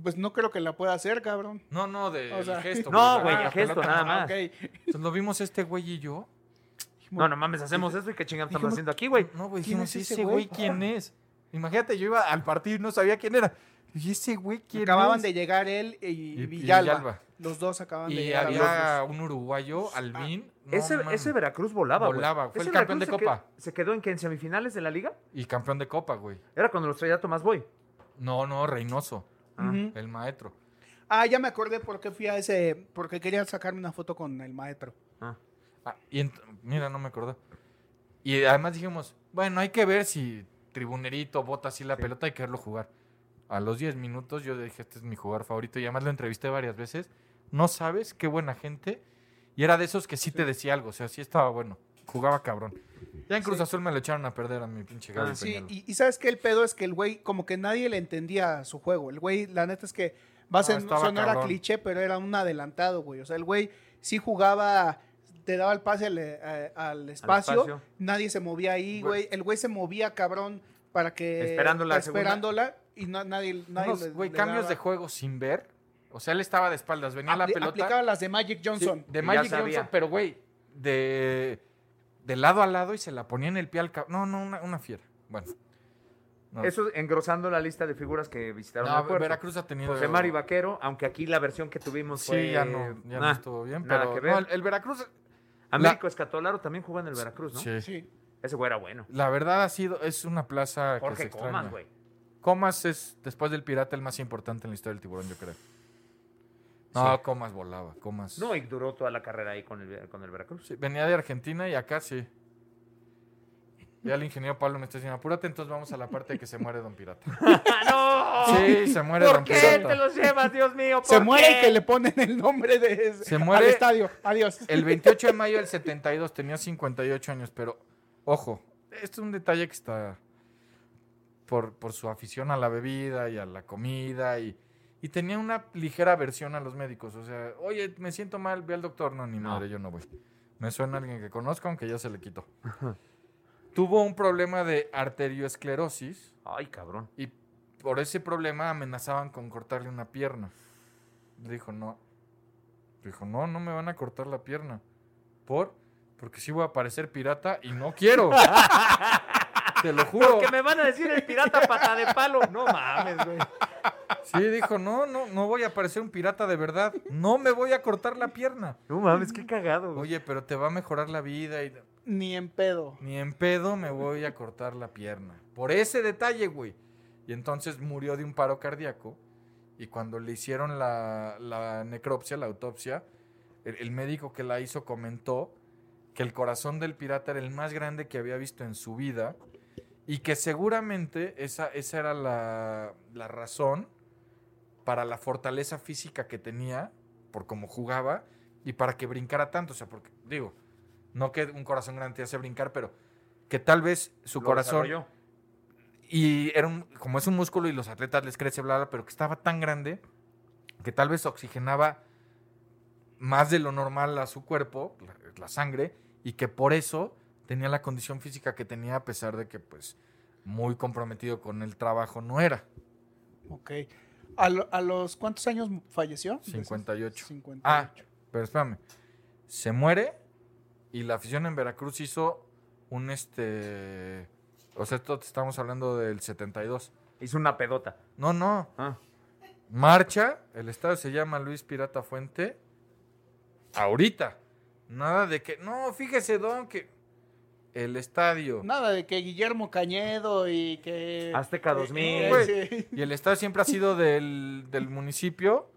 Speaker 3: Pues no creo que la pueda hacer, cabrón.
Speaker 4: No, no, de
Speaker 3: O sea,
Speaker 4: el gesto.
Speaker 2: No,
Speaker 4: la-
Speaker 2: güey,
Speaker 4: la Ah,
Speaker 2: el gesto,
Speaker 4: pelota.
Speaker 2: nada más.
Speaker 3: Ok.
Speaker 4: Entonces lo vimos este güey y yo.
Speaker 2: No, no mames, hacemos eso y qué chingados estamos haciendo aquí, güey.
Speaker 4: No, güey,
Speaker 3: ¿Quién
Speaker 4: dijimos,
Speaker 3: es ese
Speaker 4: ese güey,
Speaker 3: güey?
Speaker 4: ¿quién es? Imagínate, yo iba al partido y no sabía quién era. Y ese güey, ¿quién
Speaker 3: Acababan
Speaker 4: es?
Speaker 3: de llegar él y,
Speaker 4: Y- y
Speaker 3: Villalba.
Speaker 4: Villalba.
Speaker 3: Los dos acababan de
Speaker 4: Y
Speaker 3: llegar. Ah,
Speaker 4: había un uruguayo, Albín. no
Speaker 2: ese,
Speaker 4: mames.
Speaker 2: ese Veracruz volaba, güey.
Speaker 4: Volaba, fue
Speaker 2: Ese
Speaker 4: el campeón
Speaker 2: Veracruz
Speaker 4: de
Speaker 2: se
Speaker 4: Copa.
Speaker 2: qued- se quedó en que en semifinales de la liga
Speaker 4: Y campeón de copa, güey.
Speaker 2: era cuando los traía a Tomás Boy.
Speaker 4: No, no, Reynoso,
Speaker 3: Ujú.
Speaker 4: el maestro.
Speaker 3: Ah, ya me acordé por qué fui a ese... Porque quería sacarme una foto con el maestro.
Speaker 4: Ah, y ent- mira, no me acuerdo. Y además dijimos, bueno, hay que ver si tribunerito bota así la pelota, hay que verlo jugar. A los 10 minutos yo dije, este es mi jugador favorito. Y además lo entrevisté varias veces. No sabes qué buena gente. Y era de esos que sí, te decía algo. O sea, sí estaba bueno. Jugaba cabrón. Ya en Cruz Azul me lo echaron a perder a mi pinche Gaby
Speaker 3: Ah, Sí,
Speaker 4: Peñalba.
Speaker 3: y, y sabes que el pedo es que el güey, como que nadie le entendía su juego. El güey, la neta es que va
Speaker 4: No,
Speaker 3: a ser,
Speaker 4: estaba
Speaker 3: sonar a
Speaker 4: cabrón.
Speaker 3: cliché, pero era un adelantado, güey. O sea, el güey sí jugaba, te daba el pase al, eh, al espacio,
Speaker 2: espacio.
Speaker 3: nadie se movía ahí,
Speaker 2: Güey.
Speaker 3: güey. El güey se movía, cabrón, para que.
Speaker 2: Esperándola a segunda.
Speaker 3: Esperándola, y na- nadie. nadie
Speaker 4: Unos,
Speaker 3: le-
Speaker 4: güey,
Speaker 3: le
Speaker 4: cambios
Speaker 3: daba.
Speaker 4: de juego sin ver. O sea, él estaba de espaldas. Venía la
Speaker 3: Apli-
Speaker 4: pelota.
Speaker 3: Aplicaba las de Magic
Speaker 4: Sí,
Speaker 3: Johnson.
Speaker 4: de
Speaker 2: Ya
Speaker 4: Magic
Speaker 2: sabía.
Speaker 4: Johnson, pero güey, de, de lado a lado y se la ponía en el pie al cab- No, no, una, una fiera. Bueno. No.
Speaker 2: Eso engrosando la lista de figuras que visitaron
Speaker 4: No,
Speaker 2: el puerto.
Speaker 4: Veracruz ha tenido-
Speaker 2: José Mari Vaquero, aunque aquí la versión que tuvimos
Speaker 4: Sí,
Speaker 2: fue...
Speaker 4: ya no, ya no
Speaker 2: nah,
Speaker 4: estuvo bien,
Speaker 2: nada
Speaker 4: pero
Speaker 2: que
Speaker 4: no,
Speaker 2: ver.
Speaker 4: el, el Veracruz,
Speaker 2: Américo Escatolaro también jugó en el Veracruz, ¿no?
Speaker 4: sí,
Speaker 3: Sí.
Speaker 2: Ese güey era bueno.
Speaker 4: la verdad ha sido, es una plaza que se
Speaker 2: Jorge
Speaker 4: extraña.
Speaker 2: Comas, güey.
Speaker 4: Comas es, después del Pirata, el más importante en la historia del tiburón, yo creo. No, Comas volaba, Comas.
Speaker 2: No, y duró toda la carrera ahí con el, con el Veracruz.
Speaker 4: Sí, venía de Argentina y acá sí. Ya el ingeniero Pablo me está diciendo, apúrate, entonces vamos a la parte de que se muere Don Pirata.
Speaker 2: ¡Ah, no!
Speaker 4: Sí, se muere
Speaker 2: ¿Por
Speaker 4: Don
Speaker 2: qué
Speaker 4: Pirata.
Speaker 2: te los llevas, Dios mío?
Speaker 3: Se
Speaker 2: ¿Por
Speaker 3: muere y
Speaker 2: qué?
Speaker 3: que le ponen el nombre de
Speaker 4: Se
Speaker 3: al
Speaker 4: muere-
Speaker 3: estadio. Adiós.
Speaker 4: El 28 de mayo del 72 tenía 58 años, pero ojo, esto es un detalle que está por, por su afición a la bebida y a la comida y, y tenía una ligera aversión a los médicos. O sea, oye, me siento mal, ve al doctor. No, ni
Speaker 2: No.
Speaker 4: madre, yo no voy. Me suena a alguien que conozco, aunque ya se le quitó. Tuvo un problema de arterioesclerosis
Speaker 2: Ay, cabrón.
Speaker 4: y por ese problema amenazaban con cortarle una pierna. Le dijo, no. Le dijo, no, no me van a cortar la pierna. ¿Por? Porque sí voy a parecer pirata y no quiero. Te lo juro.
Speaker 2: Porque me van a decir el pirata pata de palo. No mames, güey.
Speaker 4: Sí, dijo, no, no, no voy a parecer un pirata de verdad. No me voy a cortar la pierna.
Speaker 2: No mames, qué cagado, güey.
Speaker 4: Oye, pero te va a mejorar la vida y
Speaker 3: Ni en pedo.
Speaker 4: ni en pedo me voy a cortar la pierna. Por ese detalle, güey. Y entonces murió de un paro cardíaco. Y cuando le hicieron la, la necropsia, la autopsia, el, el médico que la hizo comentó que el corazón del pirata era el más grande que había visto en su vida. Y que seguramente esa, esa era la, la razón para la fortaleza física que tenía, por cómo jugaba, y para que brincara tanto. O sea, porque, digo, no que un corazón grande te hace brincar, pero que tal vez su
Speaker 2: Lo
Speaker 4: corazón.
Speaker 2: desarrolló.
Speaker 4: Y era un- como es un músculo y los atletas les crece, bla, bla, pero que estaba tan grande que tal vez oxigenaba más de lo normal a su cuerpo, la, la sangre, y que por eso tenía la condición física que tenía, a pesar de que, pues, muy comprometido con el trabajo no era.
Speaker 3: Ok. ¿A, lo- a los cuántos años falleció?
Speaker 4: 58.
Speaker 3: 58.
Speaker 4: Ah, pero espérame. Se muere y la afición en Veracruz hizo un este. O sea, esto te estamos hablando del 72.
Speaker 2: Hizo una pedota.
Speaker 4: No, no.
Speaker 2: Ah.
Speaker 4: Marcha. El estadio se llama Luis Pirata Fuente. Ahorita. Nada de que. No, fíjese, don, que. El estadio.
Speaker 3: Nada de que Guillermo Cañedo y que.
Speaker 2: Azteca 2000.
Speaker 4: güey.
Speaker 3: sí.
Speaker 4: Y el estadio siempre ha sido del, del municipio,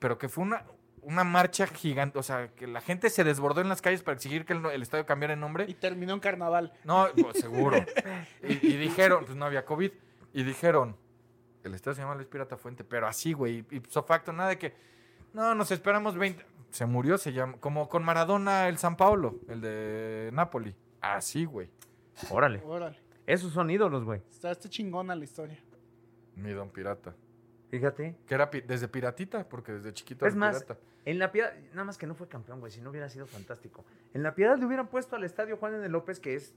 Speaker 4: pero que fue una, una marcha gigante. O sea, que la gente se desbordó en las calles para exigir que el, el estadio cambiara de nombre.
Speaker 3: Y terminó en carnaval.
Speaker 4: No, pues, seguro. Y, y dijeron, pues no había COVID. Y dijeron, el estadio se llama Luis Pirata Fuente, pero así, güey. Y so facto, nada de que, no, nos esperamos 20. Se murió, se llama, como con Maradona el San Paolo, el de Napoli. Así, güey.
Speaker 2: Órale.
Speaker 3: Órale.
Speaker 2: Esos son ídolos, güey.
Speaker 3: Está, está chingona la historia.
Speaker 4: Mi don pirata.
Speaker 2: Fíjate.
Speaker 4: Que era pi- desde piratita, porque desde chiquito
Speaker 2: Es
Speaker 4: era
Speaker 2: más,
Speaker 4: pirata.
Speaker 2: en la piedad, nada más que no fue campeón, güey, si no hubiera sido fantástico. En la piedad le hubieran puesto al estadio Juan N. López, que es.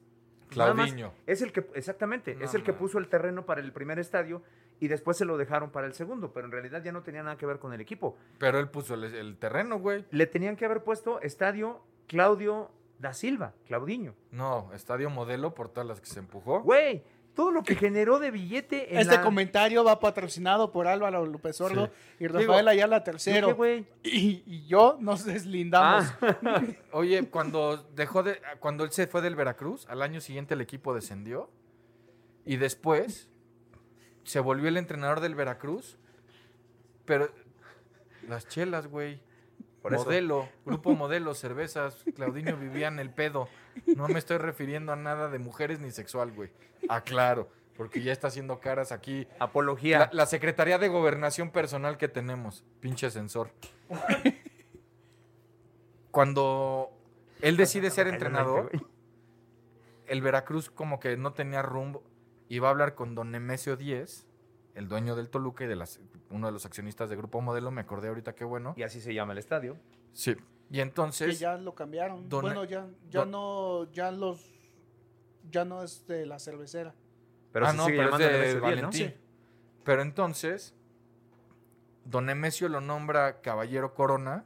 Speaker 2: pues, nada más,
Speaker 4: Claudiño.
Speaker 2: Es el que, exactamente,
Speaker 4: No
Speaker 2: es el que
Speaker 4: mames.
Speaker 2: puso el terreno para el primer estadio y después se lo dejaron para el segundo, pero en realidad ya no tenía nada que ver con el equipo.
Speaker 4: Pero él puso el, el terreno, güey.
Speaker 2: Le tenían que haber puesto estadio Claudio da Silva, Claudiño.
Speaker 4: No, estadio modelo por todas las que se empujó.
Speaker 2: Güey, todo lo que generó de billete en
Speaker 3: Este
Speaker 2: la-
Speaker 3: comentario va patrocinado por Álvaro López Sordo y Rafael
Speaker 2: Digo,
Speaker 3: Ayala
Speaker 2: ¿Yo qué,
Speaker 3: tercero.
Speaker 2: güey?
Speaker 3: Y, y yo nos deslindamos.
Speaker 2: Ah,
Speaker 4: Oye, cuando dejó de, cuando él se fue del Veracruz, al año siguiente el equipo descendió y después se volvió el entrenador del Veracruz, pero las chelas, güey.
Speaker 2: Por eso.
Speaker 4: Modelo, grupo modelo, cervezas, Claudinho vivían el pedo. No me estoy refiriendo a nada de mujeres ni sexual, güey. Aclaro, porque ya está haciendo caras aquí
Speaker 2: apología.
Speaker 4: La, la Secretaría de Gobernación Personal que tenemos, pinche sensor. Cuando él decide ser entrenador, el Veracruz como que no tenía rumbo y va a hablar con don Nemesio 10, el dueño del Toluca y de las, uno de los accionistas de Grupo Modelo, me acordé ahorita qué bueno.
Speaker 2: Y así se llama el estadio.
Speaker 4: Sí. Y
Speaker 3: que
Speaker 4: entonces,
Speaker 3: ya lo cambiaron.
Speaker 4: Don-
Speaker 3: bueno, ya, ya
Speaker 4: Don-
Speaker 3: no, ya los, ya no es de la cervecera.
Speaker 2: Pero
Speaker 4: ah,
Speaker 2: se
Speaker 4: no,
Speaker 2: sigue
Speaker 4: pero es
Speaker 2: llamando
Speaker 4: de
Speaker 2: Nemesio 10, ¿no?
Speaker 4: Valentín. Pero entonces, don Nemesio lo nombra caballero corona,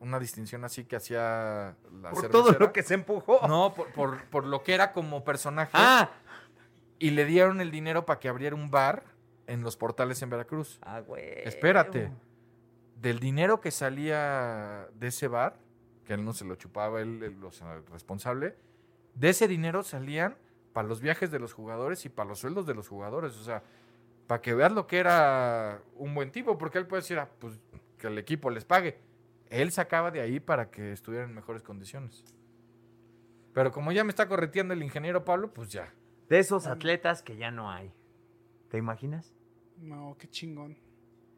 Speaker 4: una distinción así que hacía la
Speaker 2: Por todo
Speaker 4: cervecera.
Speaker 2: lo que se empujó.
Speaker 4: No, por, por- por lo que era como personaje.
Speaker 2: Ah,
Speaker 4: Y le dieron el dinero para que abriera un bar en los portales en Veracruz.
Speaker 2: Ah, güey.
Speaker 4: Espérate. Del dinero que salía de ese bar, que él no se lo chupaba, él, él, o sea, el responsable, de ese dinero salían para los viajes de los jugadores y para los sueldos de los jugadores. O sea, para que veas lo que era un buen tipo, porque él puede decir, ah, pues que el equipo les pague. Él sacaba de ahí para que estuvieran en mejores condiciones. Pero como ya me está correteando el ingeniero Pablo, pues ya.
Speaker 2: De esos atletas que ya no hay. ¿Te imaginas?
Speaker 3: No, qué chingón.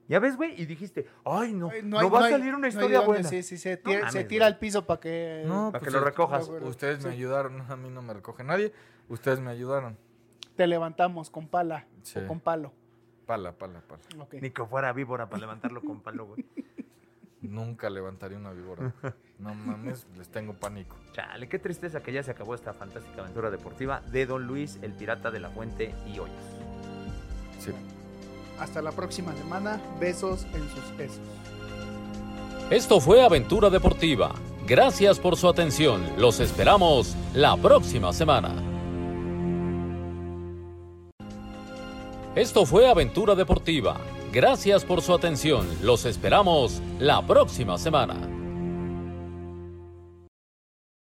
Speaker 2: Ya ves, güey, y dijiste, ay, no,
Speaker 3: Ay,
Speaker 2: no,
Speaker 3: hay-
Speaker 2: va
Speaker 3: no
Speaker 2: a
Speaker 3: hay-
Speaker 2: salir
Speaker 3: no
Speaker 2: una
Speaker 3: hay
Speaker 2: historia
Speaker 3: dónde,
Speaker 2: buena.
Speaker 3: Sí, sí, se
Speaker 2: No
Speaker 3: tira,
Speaker 2: mames,
Speaker 3: se tira
Speaker 2: güey.
Speaker 3: al piso para que.
Speaker 2: para que
Speaker 4: pues,
Speaker 2: lo
Speaker 4: usted-
Speaker 2: recojas.
Speaker 3: no, güey.
Speaker 4: Ustedes me
Speaker 3: Sí.
Speaker 4: ayudaron, a mí no me recoge nadie. Ustedes me ayudaron.
Speaker 3: Te levantamos con pala
Speaker 4: Sí.
Speaker 3: o con palo.
Speaker 4: Pala, pala, pala.
Speaker 3: Ok.
Speaker 2: Ni que fuera víbora para levantarlo con palo, güey.
Speaker 4: Nunca levantaría una víbora. No mames, les tengo pánico.
Speaker 2: Chale, qué tristeza que ya se acabó esta fantástica aventura deportiva de Don Luis, el pirata de la fuente y hoyos.
Speaker 4: Sí.
Speaker 3: Hasta la próxima semana. Besos en sus besos.
Speaker 6: Esto fue Aventura Deportiva. Gracias por su atención. Los esperamos la próxima semana. Esto fue Aventura Deportiva. Gracias por su atención. Los esperamos la próxima semana.